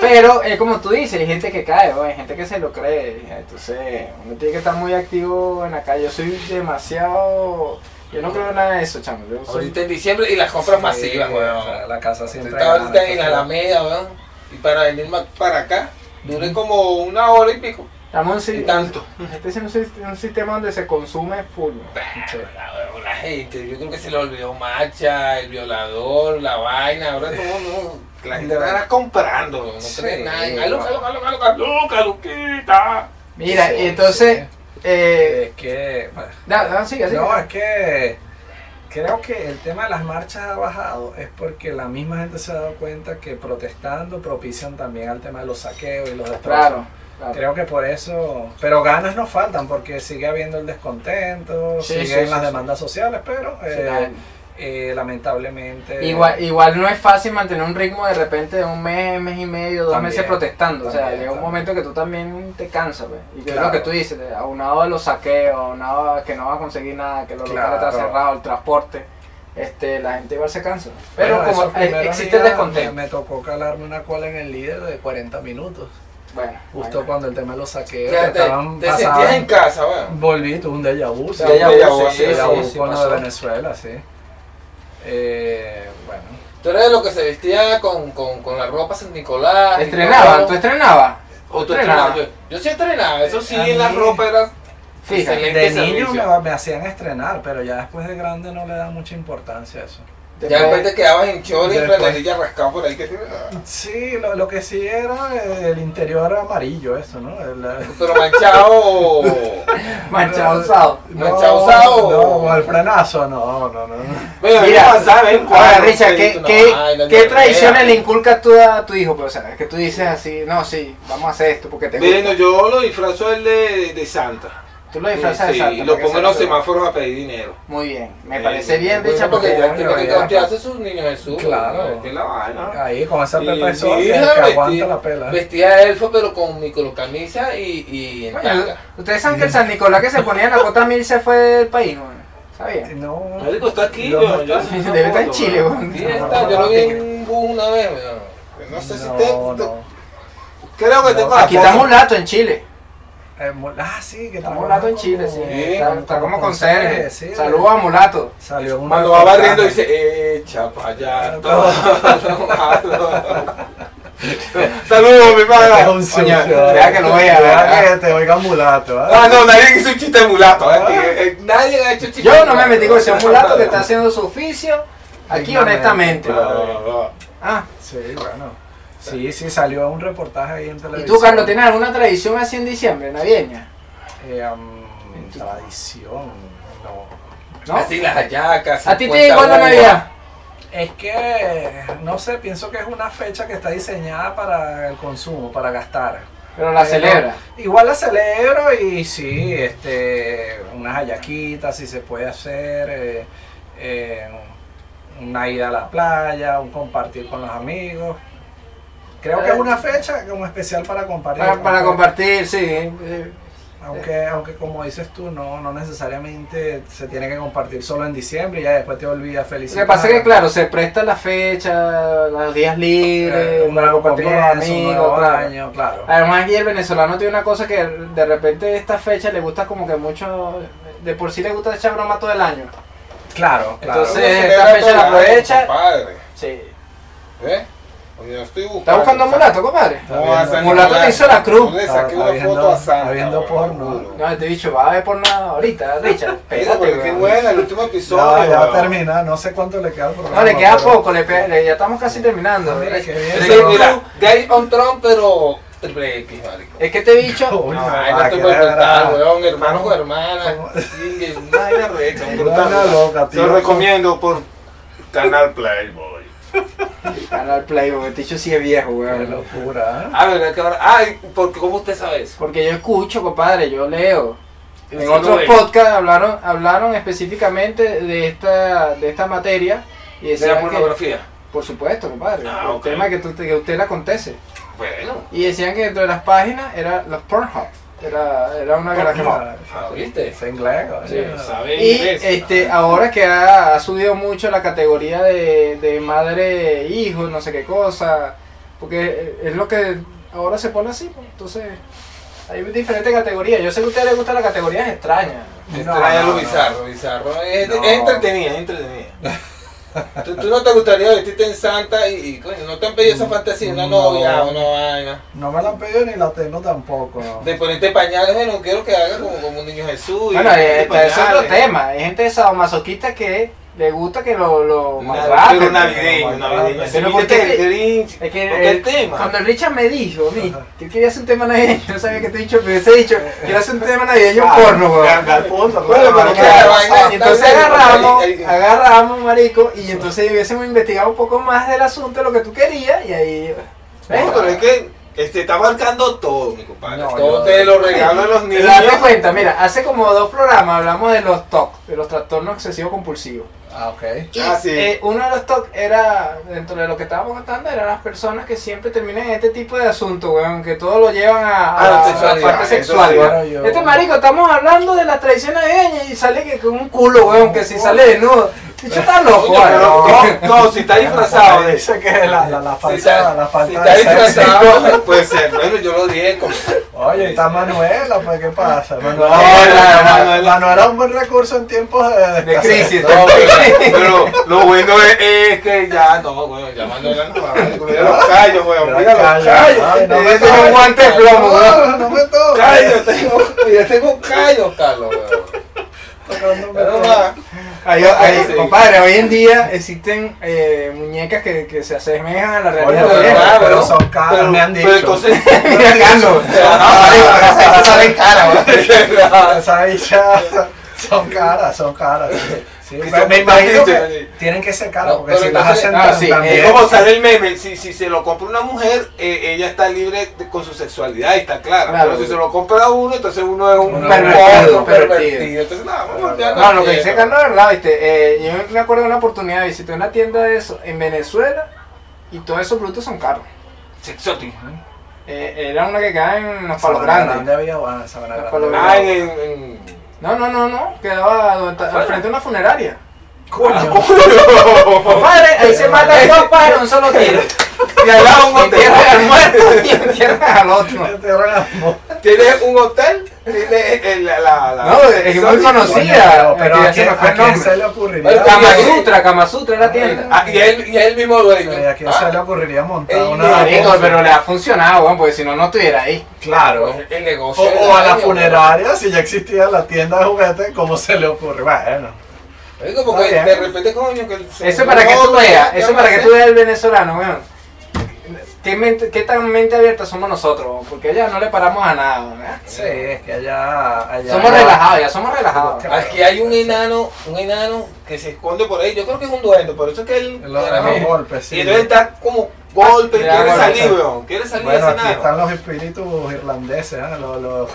A: Pero es como tú dices, hay gente que cae, weón, hay gente que se lo cree. Entonces, uno tiene que estar muy activo en la calle. Yo soy demasiado. Yo no creo en nada de eso, chamo. Yo soy-
D: Ahorita en diciembre y las compras masivas,
C: Sí,
D: weón.
C: o sea, La casa siempre.
D: Estaba
C: gana,
D: ahorita en la
C: entonces-
D: Alameda, weón. Y para venir más para acá, duré como una hora y pico.
A: Estamos en,
D: Y tanto.
A: Este es un, sis- un sistema donde se consume full. weón.
C: Sí.
B: con la gente. Yo creo que se le olvidó Macha, el violador, la vaina. Ahora todo el mundo.
D: La gente estará comprando.
B: No
D: No
B: cree
D: creen
B: nada.
D: nadie.
B: Aló, aló, aló, aló, aló,
K: Caluquita.
A: Mira,
L: Sí,
A: y entonces. Eh,
C: Es que. bueno,
A: da, da, sigue, sigue.
C: No, es que creo que el tema de las marchas ha bajado es porque la misma gente se ha dado cuenta que protestando propician también al tema de los saqueos y los destrozos.
A: claro, claro.
C: Creo que por eso, pero ganas no faltan porque sigue habiendo el descontento,
A: Sí,
C: siguen
A: sí,
C: las
A: sí,
C: demandas sociales, pero eh,
A: Sí,
C: eh, lamentablemente
A: Igual, igual no es fácil mantener un ritmo de repente de un mes, mes y medio, dos
C: También,
A: meses protestando. o sea,
C: también,
A: llega un
C: también.
A: momento que tú también te cansas, pues. Y que es lo
C: Claro.
A: que tú dices, de- aunado a los saqueos, aunado a que no vas a conseguir nada, que los locales
C: Claro.
A: están cerrados, el transporte, este, la gente igual se cansa. Pero
C: Bueno,
A: como
C: esos
A: eh,
C: primeros
A: existe el
C: días
A: descontento.
C: Me, me tocó calarme una cola en el líder de 40 minutos,
A: Bueno,
C: justo
A: bueno.
C: cuando el tema de los saqueos
B: Ya, te,
C: estaban
B: te
C: pasaban-
B: sentías en casa, weón.
C: Volví, tuve un déjà vu. sí.
B: Déjà
D: vu,
C: vu,
D: sí,
C: sí,
D: sí,
C: déjà vu
B: sí,
C: con lo
B: pasó.
C: de Venezuela, sí. Eh, bueno.
B: Tú eres de los que se vestía con, con, con la ropa San Nicolás. y
A: ¿Estrenaba?
B: todo.
A: ¿Tú estrenabas?
B: O tú
A: estrenabas?
B: estrenabas. Yo, yo sí estrenaba, eso sí,
C: A
B: en la
C: mí-
B: ropa era.
A: Fíjate.
B: Excelente
C: De
B: servicio.
C: niño me, me hacían estrenar, pero ya después de grande no le da mucha importancia a eso.
B: Ya después te quedabas en chores y
C: Después.
B: franelilla rascado por ahí. Que...
C: Sí, lo, lo que sí era eh, el interior amarillo, eso, ¿no? El, el-
B: Pero manchado.
A: Manchado usado.
B: Manchado usado.
C: No, el frenazo, no, no, no.
B: Mira,
A: Mira,
B: ¿saben?
A: Ahora, Richard, ¿qué, qué, qué tradiciones le inculcas tú a tu hijo? Pero, o sea, que tú dices así, no, sí, vamos a hacer esto porque te gusta.
D: Bueno, yo lo disfrazo el de, de Santa.
A: Tú lo disfrazas de
D: Sí,
A: Santa.
D: y lo
A: para que
D: pongo en
A: sea
D: los
A: tu-
D: semáforos a pedir dinero.
A: Muy bien, me
D: Sí,
A: parece
D: sí,
A: bien,
D: bueno,
A: Richard,
B: porque
A: porque
B: ya tiene que
C: Porque-
B: cautearse sus niños eh, Jesús.
C: Claro.
D: Es la
A: Ah.
D: vaina.
C: Ahí con esa
D: Y
C: pepa
D: mi
C: sola que,
B: hija
C: que
B: vestía-
C: aguanta la pela.
B: Vestía de elfo, pero con microcamisa y, y en
A: Coño,
B: tanga.
A: Ustedes saben que el San Nicolás que se ponía en la cota mil se fue del país, weón. ¿Sabían?
C: No,
D: Marico, está aquí.
C: No,
D: yo- yo-
A: Debe estar en Chile, weón.
B: Sí, está, yo lo vi en un bus una vez, weón.
D: No sé si
C: no,
D: te.
C: no.
D: Creo que
C: No,
D: tengo la
A: Aquí
D: foto.
A: está mulato en Chile.
C: Eh, mul- ah, sí, que
A: Está
C: trabaja
A: mulato en
C: como-
A: Chile, sí.
D: Sí,
A: Está,
C: como-
A: está como
C: como
A: con Sergio.
C: sí.
A: Saludos a mulato.
C: Salió una
D: Cuando va
C: portada.
D: barriendo dice, echa pa' allá todo. Saludos, mi
A: Este
C: Es
D: pana.
A: Coño,
C: un sucio.
A: deja que lo vea,
C: Deja
A: ¿verdad?
C: que te oiga mulato. ¿ah?
D: Ah, no, nadie hizo un chiste de mulato. ¿eh? Que, eh, Nadie ha hecho chiste de
A: Yo no me
D: mulato.
A: metí con ese mulato que está haciendo su oficio aquí honestamente.
C: Dignamente.
A: Ah,
C: Sí, bueno. Sí, sí, salió un reportaje ahí en
A: ¿y
C: televisión.
A: tú, Carlos, tienes alguna tradición así en diciembre, navideña?
C: Eh, um, tradición, no.
A: ¿No?
B: Así las hallacas.
A: ¿A ti te
B: 50
A: llegó la
B: uvas.
A: Navidad?
C: Es que, no sé, pienso que es una fecha que está diseñada para el consumo, para gastar.
A: Pero la
C: Pero-
A: celebra.
C: Igual la celebro y sí, este, unas hallaquitas si se puede hacer, eh, eh, una ida a la playa, un compartir con los amigos. Creo que es una fecha como especial para compartir.
A: Para, para
C: aunque-
A: compartir, sí. eh,
C: Aunque, aunque como dices tú, no, no necesariamente se tiene que compartir solo en diciembre y ya después te Eh, olvidas
A: Lo
C: felicidad.
A: que pasa es que, claro, se presta la fecha, los días libres,
C: un
A: para
C: nuevo
A: compartir con
C: comienzo, un
A: amigos,
C: nuevo
A: claro.
C: año, claro.
A: Además, aquí el venezolano tiene una cosa que de repente esta fecha le gusta como que mucho. De por sí le gusta echar broma todo el año.
C: Claro, claro.
A: Entonces,
B: Uno
A: esta
B: celebra
A: fecha la
B: todo el año,
A: aprovecha.
B: compadre.
A: Sí.
B: ¿Eh? Oye, yo estoy buscando.
A: ¿Estás buscando mulato, compadre?
B: No, a San
A: Mulato te
B: Nicolás.
A: hizo la cruz.
B: Yo le
C: Está-
B: saqué
C: está
B: una
C: viendo-
B: foto a Santa.
C: está viendo
B: weón,
C: porno.
B: juro.
A: No, este bicho va a ver por nada ahorita, Richard.
B: Mira,
A: Espérate,
B: pero qué
A: weón.
B: buena, el último
C: No,
B: episodio.
C: ya va a
B: weón.
C: terminar, no sé cuánto le queda al programa.
A: No, le queda
C: pero-
A: poco, le pe- le- ya estamos casi terminando.
C: Mira,
A: Es
C: qué
A: que
C: bien.
B: Ese
C: Sí,
B: es
C: no.
B: mira, Gay on Trump, pero triple X, marico.
A: es que este bicho.
C: Uy,
B: No,
C: no,
B: ay,
A: ah,
B: no
C: va,
B: te
C: que
B: puedes
C: le
B: contar,
C: agarra-
B: weón, hermano con hermana.
C: ¿Cómo?
B: Sí,
D: Una vaina recha, un brutal.
C: Una loca,
D: Te lo
C: tío.
D: recomiendo por
K: Canal Playboy.
A: Canal Playboy, este bicho sí es viejo,
C: Qué
A: weón.
C: locura. ¿eh?
D: Ah, ¿verdad que ahora? Ay, porque ¿cómo usted sabe eso?
A: Porque yo escucho, compadre, yo leo. En
D: Sí,
A: otros
D: no, eh.
A: podcasts hablaron, hablaron específicamente de esta, de esta materia y
D: De la
A: decían que,
D: pornografía.
A: por supuesto, compadre,
D: Ah,
A: el
D: ok.
A: tema que, tú, que usted le acontece.
D: Bueno.
A: Y decían que dentro de las páginas era los Pornhub, era, era una granja.
B: ah, ¿Viste?
C: Es inglés, oye.
A: Sí,
D: ¿Sabe
B: E
A: Y
D: inglés?
A: este, ahora que ha, ha subido mucho la categoría de, de madre, e hijo, no sé qué cosa, porque es lo que ahora se pone así, pues, entonces hay diferentes categorías. Yo sé que a ustedes les gustan las categorías extrañas.
C: No,
B: Trae
C: no,
B: lo
C: no.
B: bizarro, bizarro. Es,
C: No.
B: es entretenida.
D: Entretenida, entretenida.
B: ¿Tú, tú no te gustaría vestirte en Santa y, y, coño, no te han pedido esa fantasía, una
C: No.
B: novia, una vaina?
C: No me la han pedido ni la tengo tampoco. no.
B: De ponerte pañales, eh, no quiero que hagas como, como un niño Jesús. y
A: Bueno,
B: ponerte
A: eh, pero eso es otro
B: pañales.
A: tema. Hay gente de sadomasoquista que le gusta que lo, lo
B: Una-
A: maltraten.
B: pero navideño, navideño.
A: Pero
B: Sí,
A: ¿por
B: viste
A: qué?
B: el Grinch.
A: Es que
B: Porque
A: eh,
B: el tema.
A: cuando el Richard me dijo a mí que él quería hacer un tema navideño, yo sabía que te he dicho, pero ese dicho, quiero hacer un tema navideño un porno, weón.
C: Al punto,
B: Bueno, pero
C: claro,
B: claro,
C: claro.
B: vaina,
A: Y entonces
B: tal vez,
A: agarramos,
B: ahí- ahí-
A: agarramos, marico, y entonces hubiésemos investigado un poco más del asunto, lo que tú querías, y ahí... ¿ves?
B: No, pero es que este, está marcando todo, mi compadre.
C: No,
B: todo
C: yo-
B: te lo regalo a los
A: Pero
B: niños.
A: date cuenta, mira, hace como dos programas hablamos de los TOC, de los trastornos excesivos compulsivos.
C: Ah, ok.
A: Y,
B: Ah, sí.
A: eh, uno de los TOC era, dentro de lo que estábamos contando, eran las personas que siempre terminan en este tipo de asuntos, weón, que todo lo llevan a, a
B: A la
A: la- a la
B: sexualidad,
A: parte
B: eso
A: sexual,
B: sí.
A: weón.
C: Yo-
A: Este marico, estamos hablando de la tradición navideña y sale que con un culo, weón, que si sale desnudo. Yo está loco,
B: Coño, pero
A: weón.
B: no, no, si está disfrazado de
C: Dice que la, la, la falta,
B: Si está,
C: la
B: si está
C: falta de sexo.
B: disfrazado, pues, puede ser. Bueno, yo lo dije como.
C: Oye, está Manuela, pues ¿qué pasa? Manuela,
B: Manuela, Manuela.
C: Manuela. era un buen recurso en tiempos de,
A: De crisis,
B: No, pero, pero lo bueno es, es que ya no, bueno, ya mandó la nueva. Mira los callos, weón. Mira los callos.
C: Ay, no me
B: Yo
A: Tengo un
B: tengo
A: guante de plomo, weón.
C: No, no me toques.
B: callos, tengo, yo tengo callos, Carlos, weón.
C: No, no me
B: Pero
C: toques.
B: va.
A: Ay, yo- ay,
B: Sí.
A: Compadre, hoy en día existen eh, muñecas que, que se asemejan a la realidad.
C: Oye, pero
A: real.
C: claro,
B: pero-
C: son caras,
B: pero,
C: me han
B: Pero
C: dicho.
B: entonces.
A: Mira, Carlos.
B: Ah,
A: salen cara, weón.
C: Esa bicha son caras, son caras. sí. Sí,
B: Que
C: pero
B: son
C: me imagino que
B: bastantes.
C: tienen que ser caras,
B: No,
C: porque
B: pero
C: si las
B: entonces-
C: hacen
A: ah,
C: tan-
A: sí,
C: también.
B: Es como sale el meme, si, si se lo compra una mujer, eh, ella está libre de- con su sexualidad, está clara.
A: Claro.
B: pero si se lo compra uno, entonces uno es un
C: Un
A: pervertido,
B: un
A: pervertido.
B: Entonces, no, vamos a voltear
A: No,
B: la
A: lo que dice
B: tierra.
A: Carlos es verdad, ¿viste? Eh, yo me acuerdo de una oportunidad, visité una tienda de eso en Venezuela y todos esos productos son caros.
B: Sexótico.
A: Eh, era una que quedaba en los palos
C: Sabana Grande
A: grandes.
C: había, bueno, Sabana
A: Los
C: Grande
A: palos
C: había.
B: Ah, en. en, en-
A: No, no, no, no, quedaba donde está- al frente de una funeraria.
C: Coño,
A: Compadre, ahí se matan dos pájaros en un solo tiro.
B: Y al lado un
A: Entierran al
B: hotel.
A: muerto y entierran al otro.
C: te regalo.
B: Tienes un hotel, tienes el- la. la, la-
A: No, es muy conocida.
C: Coño, pero
A: que
C: a
A: Ah, ya se
C: quién-
A: me fue
C: a
A: el
C: quién
A: nombre.
C: se le ocurriría.
B: Pero Cama-
A: Kama Sutra, Kama Sutra la tienda.
B: Ah, y él y él mismo dueño.
C: Oye, ¿A quién
B: Ah,
C: se le ocurriría montar
B: el
C: una
A: Marico, pero le ha funcionado, weón, porque si no, no estuviera ahí.
C: Claro.
B: El
C: O,
B: negocio.
C: o a la
B: del año,
C: funeraria, si ya existía la tienda de juguetes, ¿cómo se le ocurre? Bueno,
B: Digo, porque
C: Está bien.
B: de repente, coño, que el-
A: Eso para que tú
B: No,
A: veas,
B: ¿qué
A: eso
B: vamos a
A: para que
B: hacer?
A: tú veas el venezolano, weón. ¿Qué, mente- qué tan mente abierta somos nosotros? weón? Porque allá no le paramos a nada, weón. ¿eh?
C: sí, es que allá. allá
A: Somos relajados, ya somos relajados.
C: Claro.
B: Aquí hay un enano, un enano que se esconde por ahí. Yo creo que es un duende, por eso es que él.
C: Los los golpes, sí.
B: Y entonces está como golpe,
A: Le da
B: quiere
A: golpe,
B: salir,
A: sí.
B: weón. Quiere salir
C: Bueno,
B: de
C: aquí
B: ese enano.
C: están los espíritus irlandeses, ¿eh? los, los,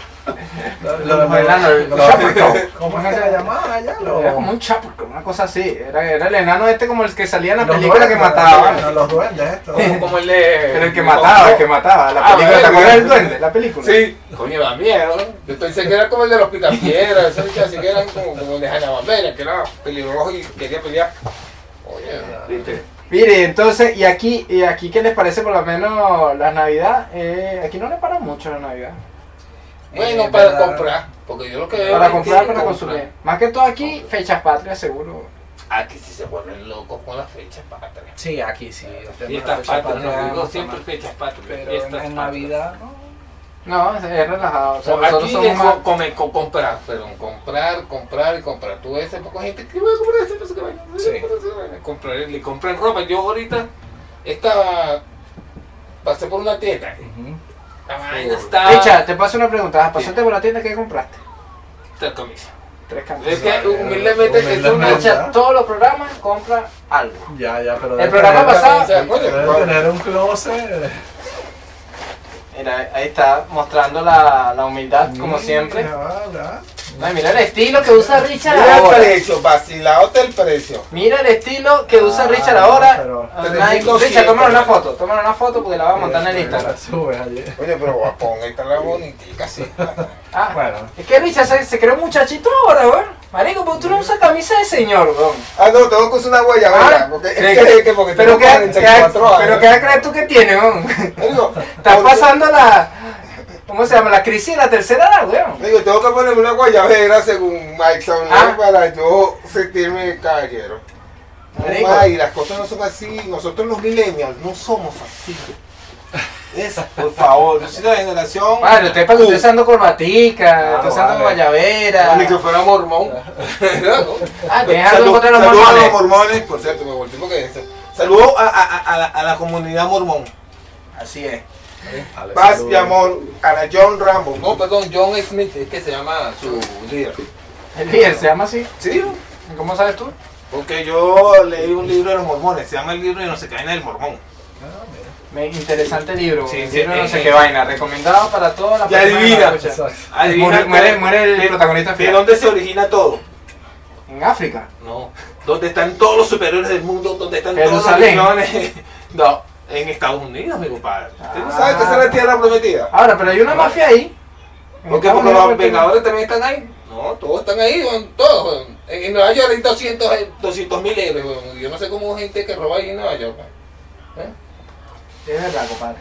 C: los,
A: Los venezolanos, el-
C: los-
A: los chapulitos.
C: ¿Cómo es que se llamaban allá? Los,
A: Era como un chapo, como una cosa así. Era, era el enano este como el que salía en la
C: los
A: película que
C: duendes,
A: mataba.
C: no,
A: weón.
C: los duendes, estos.
B: Como el de.
A: Pero el que mataba, el que mataba. La
B: Ah,
A: película, ¿te
B: bueno,
A: acuerdas del
B: bueno.
A: duende? La película.
B: Sí. Coño, da miedo. Yo pensé que era como el de los picapiedras. Esos bichos así que eran como, como el de Hanna Barbera, que era pelirrojo y quería pelear. Oye, ¿viste?
A: Mire, entonces, y aquí, y aquí ¿qué les parece por lo menos la Navidad? Eh, aquí no le paran mucho la Navidad.
B: Bueno,
C: Eh,
B: para
C: ¿verdad?
B: comprar. Porque yo lo que veo.
A: Para
B: es que
A: comprar, para
B: compran.
A: consumir. Más que todo aquí, fechas patrias seguro.
B: Aquí sí ah, se vuelven locos con las fechas patrias.
C: Sí, aquí sí.
B: Eh,
C: este
B: Fiestas patrias, no digo siempre fechas patrias.
C: Pero
B: fiestas
C: en, en
B: patrias.
C: Navidad, ¿no?
A: No, es, es relajado. O sea, nosotros
B: Aquí es
A: somos más...
B: co- come- co- comprar, pero comprar, comprar y comprar. Tú ves, hay poca gente que va a comprar ese peso que va a-
C: Sí.
B: comprar, comprar, le compran ropa. Yo ahorita estaba, pasé por una tienda. La vaina estaba.
A: Richa, te paso una pregunta. Ah, Pasaste por la tienda, ¿qué compraste?
B: Tres camisas.
A: Tres
B: Es
A: camisas.
B: que humildemente que es una.
C: Humildemente.
A: Richa, Eh, todos los programas compra algo.
C: Ya, ya, pero.
A: El
C: debe
A: programa
C: tener-
A: pasado-
C: Debe tener un closet.
A: Mira, ahí está, mostrando la, la humildad, como
C: Mm,
A: siempre.
C: ya va, ya.
A: Ay, mira el estilo que usa Richard
B: Mira el
A: ahora.
B: precio, vaciladote el precio.
A: Mira el estilo que usa
C: Ah,
A: Richard
C: no,
A: ahora.
C: pero-
A: Ah, Nike. Richard, tómale una foto, tómale una foto porque la voy a montar en el
C: Este,
A: Instagram.
C: la subes allí.
B: Oye, pero guapón, ahí está la bonitica, sí.
A: Ah,
C: Bueno.
A: Es que Richard se, se creó muchachito ahora, weón. Marico, pero tú no usas camisa de señor, weón.
B: Ah, no, tengo que usar una guaya,
A: Ah,
B: es que porque
A: Pero
B: tengo
A: qué, qué-
B: 44 años.
A: pero qué edad crees tú que tiene, weón.
B: Digo,
A: Estás
B: porque-
A: pasando la. ¿Cómo se llama? La crisis de la tercera edad, weón.
B: Digo, tengo que ponerme una guayabera según Mike Samuel
A: Ah.
B: para yo sentirme caballero.
A: Marico.
D: Ay, las cosas no son así. Nosotros los millennials no somos así. Esa, por favor. Yo soy de la generación.
A: Padre, usted
B: Uh.
A: para que usted usando corbatica,
M: Claro,
A: usted usando
M: vale.
A: guayabera.
B: Ni que fuera mormón. ¿No?
A: Ah, deja algo
D: Salud-
A: contra los
D: Saludos a los
A: mormones.
D: mormones, por cierto, me volteé porque Saludos a, a- a- a la, a la comunidad mormón.
A: Así es.
D: Paz y amor a la John Rambo.
B: No, perdón, John Smith, es que se llama su líder.
A: El líder se llama así.
D: Sí,
A: ¿Cómo sabes tú?
D: porque yo leí un libro de los mormones, se llama el libro de no se caen del mormón.
A: Me- interesante libro.
D: Sí,
A: el
D: sí,
A: libro no
D: eh,
A: sé
D: eh.
A: qué vaina. Recomendado para todas las
D: Ya
A: personas que
D: adivina.
A: lo escuchan.
D: Adivina
A: Muere, muere,
D: cuál-
A: muere el protagonista
D: ¿De
A: final.
D: dónde se origina todo?
A: En África.
D: No. ¿Dónde están todos los superiores del mundo? ¿Dónde están todos los
A: Jerusalén.
D: millones? No, en Estados Unidos, mi compadre. ¿Usted no
A: Ah.
D: sabe que esa es la tierra prometida?
A: Ahora, pero hay una mafia ahí. En
D: ¿Por qué?
A: Estados
D: Porque los
A: Unidos,
D: vengadores también están ahí.
B: No, todos están ahí, weón, todos. weón. En, en Nueva York hay 200, hay 200 mil héroes. weón. Yo no sé cómo gente que roba ahí en Nueva York. weón.
A: Es verdad, compadre.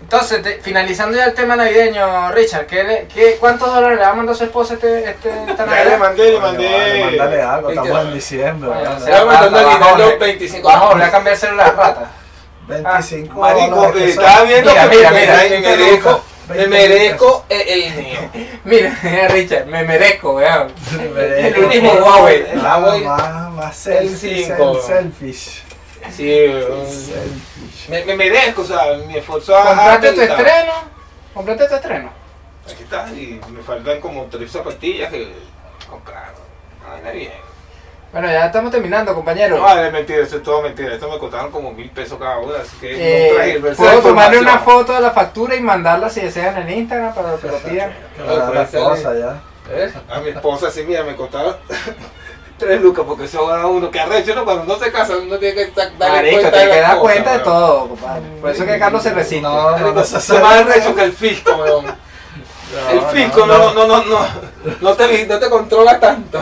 A: Entonces, te- finalizando ya el tema navideño, Richard, ¿qué le- qué- ¿cuántos dólares le va a mandar su esposa este, este, esta
D: Ya le
A: Navidad?
D: mandé, le
C: Coño, vale, Mándale
D: mandé.
C: algo, estamos en
B: Veintinueve.
C: diciembre.
A: Bueno, Ah,
C: vale.
A: se va a eh.
B: Estaba mandando
A: mandar,
B: el dinero
A: vamos,
B: 25
A: Vamos a volver a cambiar el celular, rata.
C: 25
D: Marico,
C: dólares,
D: eh,
C: que son-
D: estaba viendo
A: Mira,
D: que
A: mira,
D: me-
A: mira,
D: me
B: Me
D: merezco.
B: merezco, me merezco el, el mío.
A: Mira, mira, Richard, me merezco, weón. El
C: Merezco.
A: último Huawei.
C: Ah,
B: La voy-
C: más, más
B: el
C: selfie,
B: cinco.
C: sel- selfish.
D: Sí, eh,
C: Selfish.
D: me, me merezco, o sea, mi esfuerzo a-
A: Comprate tu
D: a- a-
A: estreno. Comprate tu estreno.
D: Aquí está, y me faltan como tres zapatillas que compraron. Ay, está bien.
A: Bueno, ya estamos terminando, compañero.
D: No, vale, mentira, eso es todo mentira. Esto me costaron como mil pesos cada una, así que
A: Eh,
D: no traje el resto de
A: puedo tomarle una
D: pues, información.
A: foto de la factura y mandarla si desean en Instagram para que lo pidan.
C: Ahora la cosa ya.
B: ¿Eh?
D: A mi esposa, sí, mira, me costaron tres lucas porque eso a uno que arrecho, ¿no? Cuando uno se casa, uno tiene que sa- darle
A: Marico,
D: cuenta
A: te
D: de las
A: que dar
D: cosas,
A: cuenta de
D: weón.
A: todo, compadre. Por eso es que Carlos se resiste.
C: No, no,
D: Marico,
C: no se
D: Eso es
C: sabe.
D: más arrecho que el fisco, weón. el fisco no, no, no, no, no te, no te controla tanto.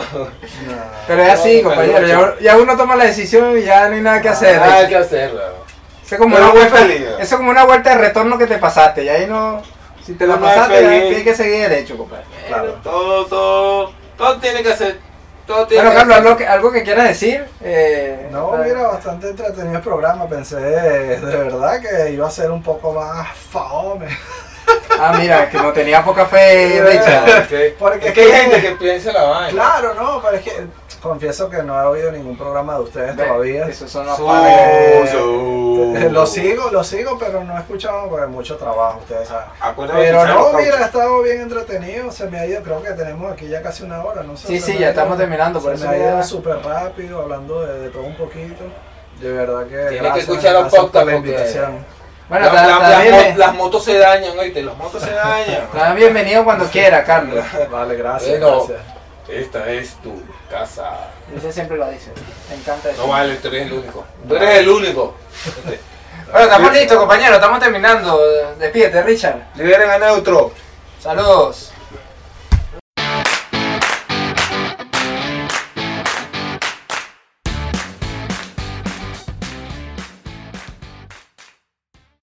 A: Pero es así,
D: No,
A: compañero.
D: Carlos.
A: Ya, ya uno toma la decisión y ya no hay nada que hacer.
B: Nada que hacer, weón.
A: Eso es como
D: Pero
A: una
D: muy
A: vuelta,
D: feliz.
A: eso es como una vuelta de retorno que te pasaste. Y ahí no. Si te la
D: No, no
A: pasaste,
D: es
A: ya
D: feliz.
A: tienes que seguir derecho, compadre.
C: Claro.
D: Todo, todo, todo tiene que hacer. Todo tiene
A: Bueno,
D: que
A: Carlos,
D: hacer.
A: algo que, algo que quieras decir. Eh,
C: No,
A: para-
C: mira, bastante entretenido el programa. Pensé de verdad que iba a ser un poco más faome.
A: Ah, mira, que no tenía poca fe, Richard.
C: Porque
D: Es que hay gente que piensa la vaina.
C: Claro, no, pero es que confieso que no he oído ningún programa de ustedes todavía. Eh,
A: Esos son los
D: Su-
A: panes.
D: su-
C: Lo sigo, lo sigo, pero no he escuchado porque mucho trabajo, ustedes saben.
D: Acuérdate de
C: Pero
D: escuchar
C: no,
D: los
C: mira, ha
D: cauchos.
C: estado bien entretenido, se me ha ido, creo que tenemos aquí ya casi una hora, no sé.
A: Sí,
C: se
A: sí,
C: me
A: ya
C: ha
A: estamos
C: ido-
A: terminando, por
C: se
A: eso
C: me ha
A: ya-
C: ido súper rápido, hablando de, de todo un poquito. De verdad
B: que
C: que. gracias,
B: escuchar los
C: gracias por
B: podcasts
C: la
B: porque-
C: invitación.
A: Bueno, eh.
B: La-
A: ta-
B: la-
A: también
B: las,
A: me-
B: mo- las motos se dañan, oíste, las motos.
D: Motos se dañan.
A: Nada, bienvenido cuando quiera, Carlos.
C: Vale, gracias.
B: Bueno.
C: gracias.
B: Esta es tu casa.
A: Ese siempre lo dice. Me encanta eso.
B: No vale, tú eres el único. Tú eres el único.
A: Bueno, estamos listos, compañero. Estamos terminando. Despídete, Richard.
D: Liberen a Neutro.
A: Saludos.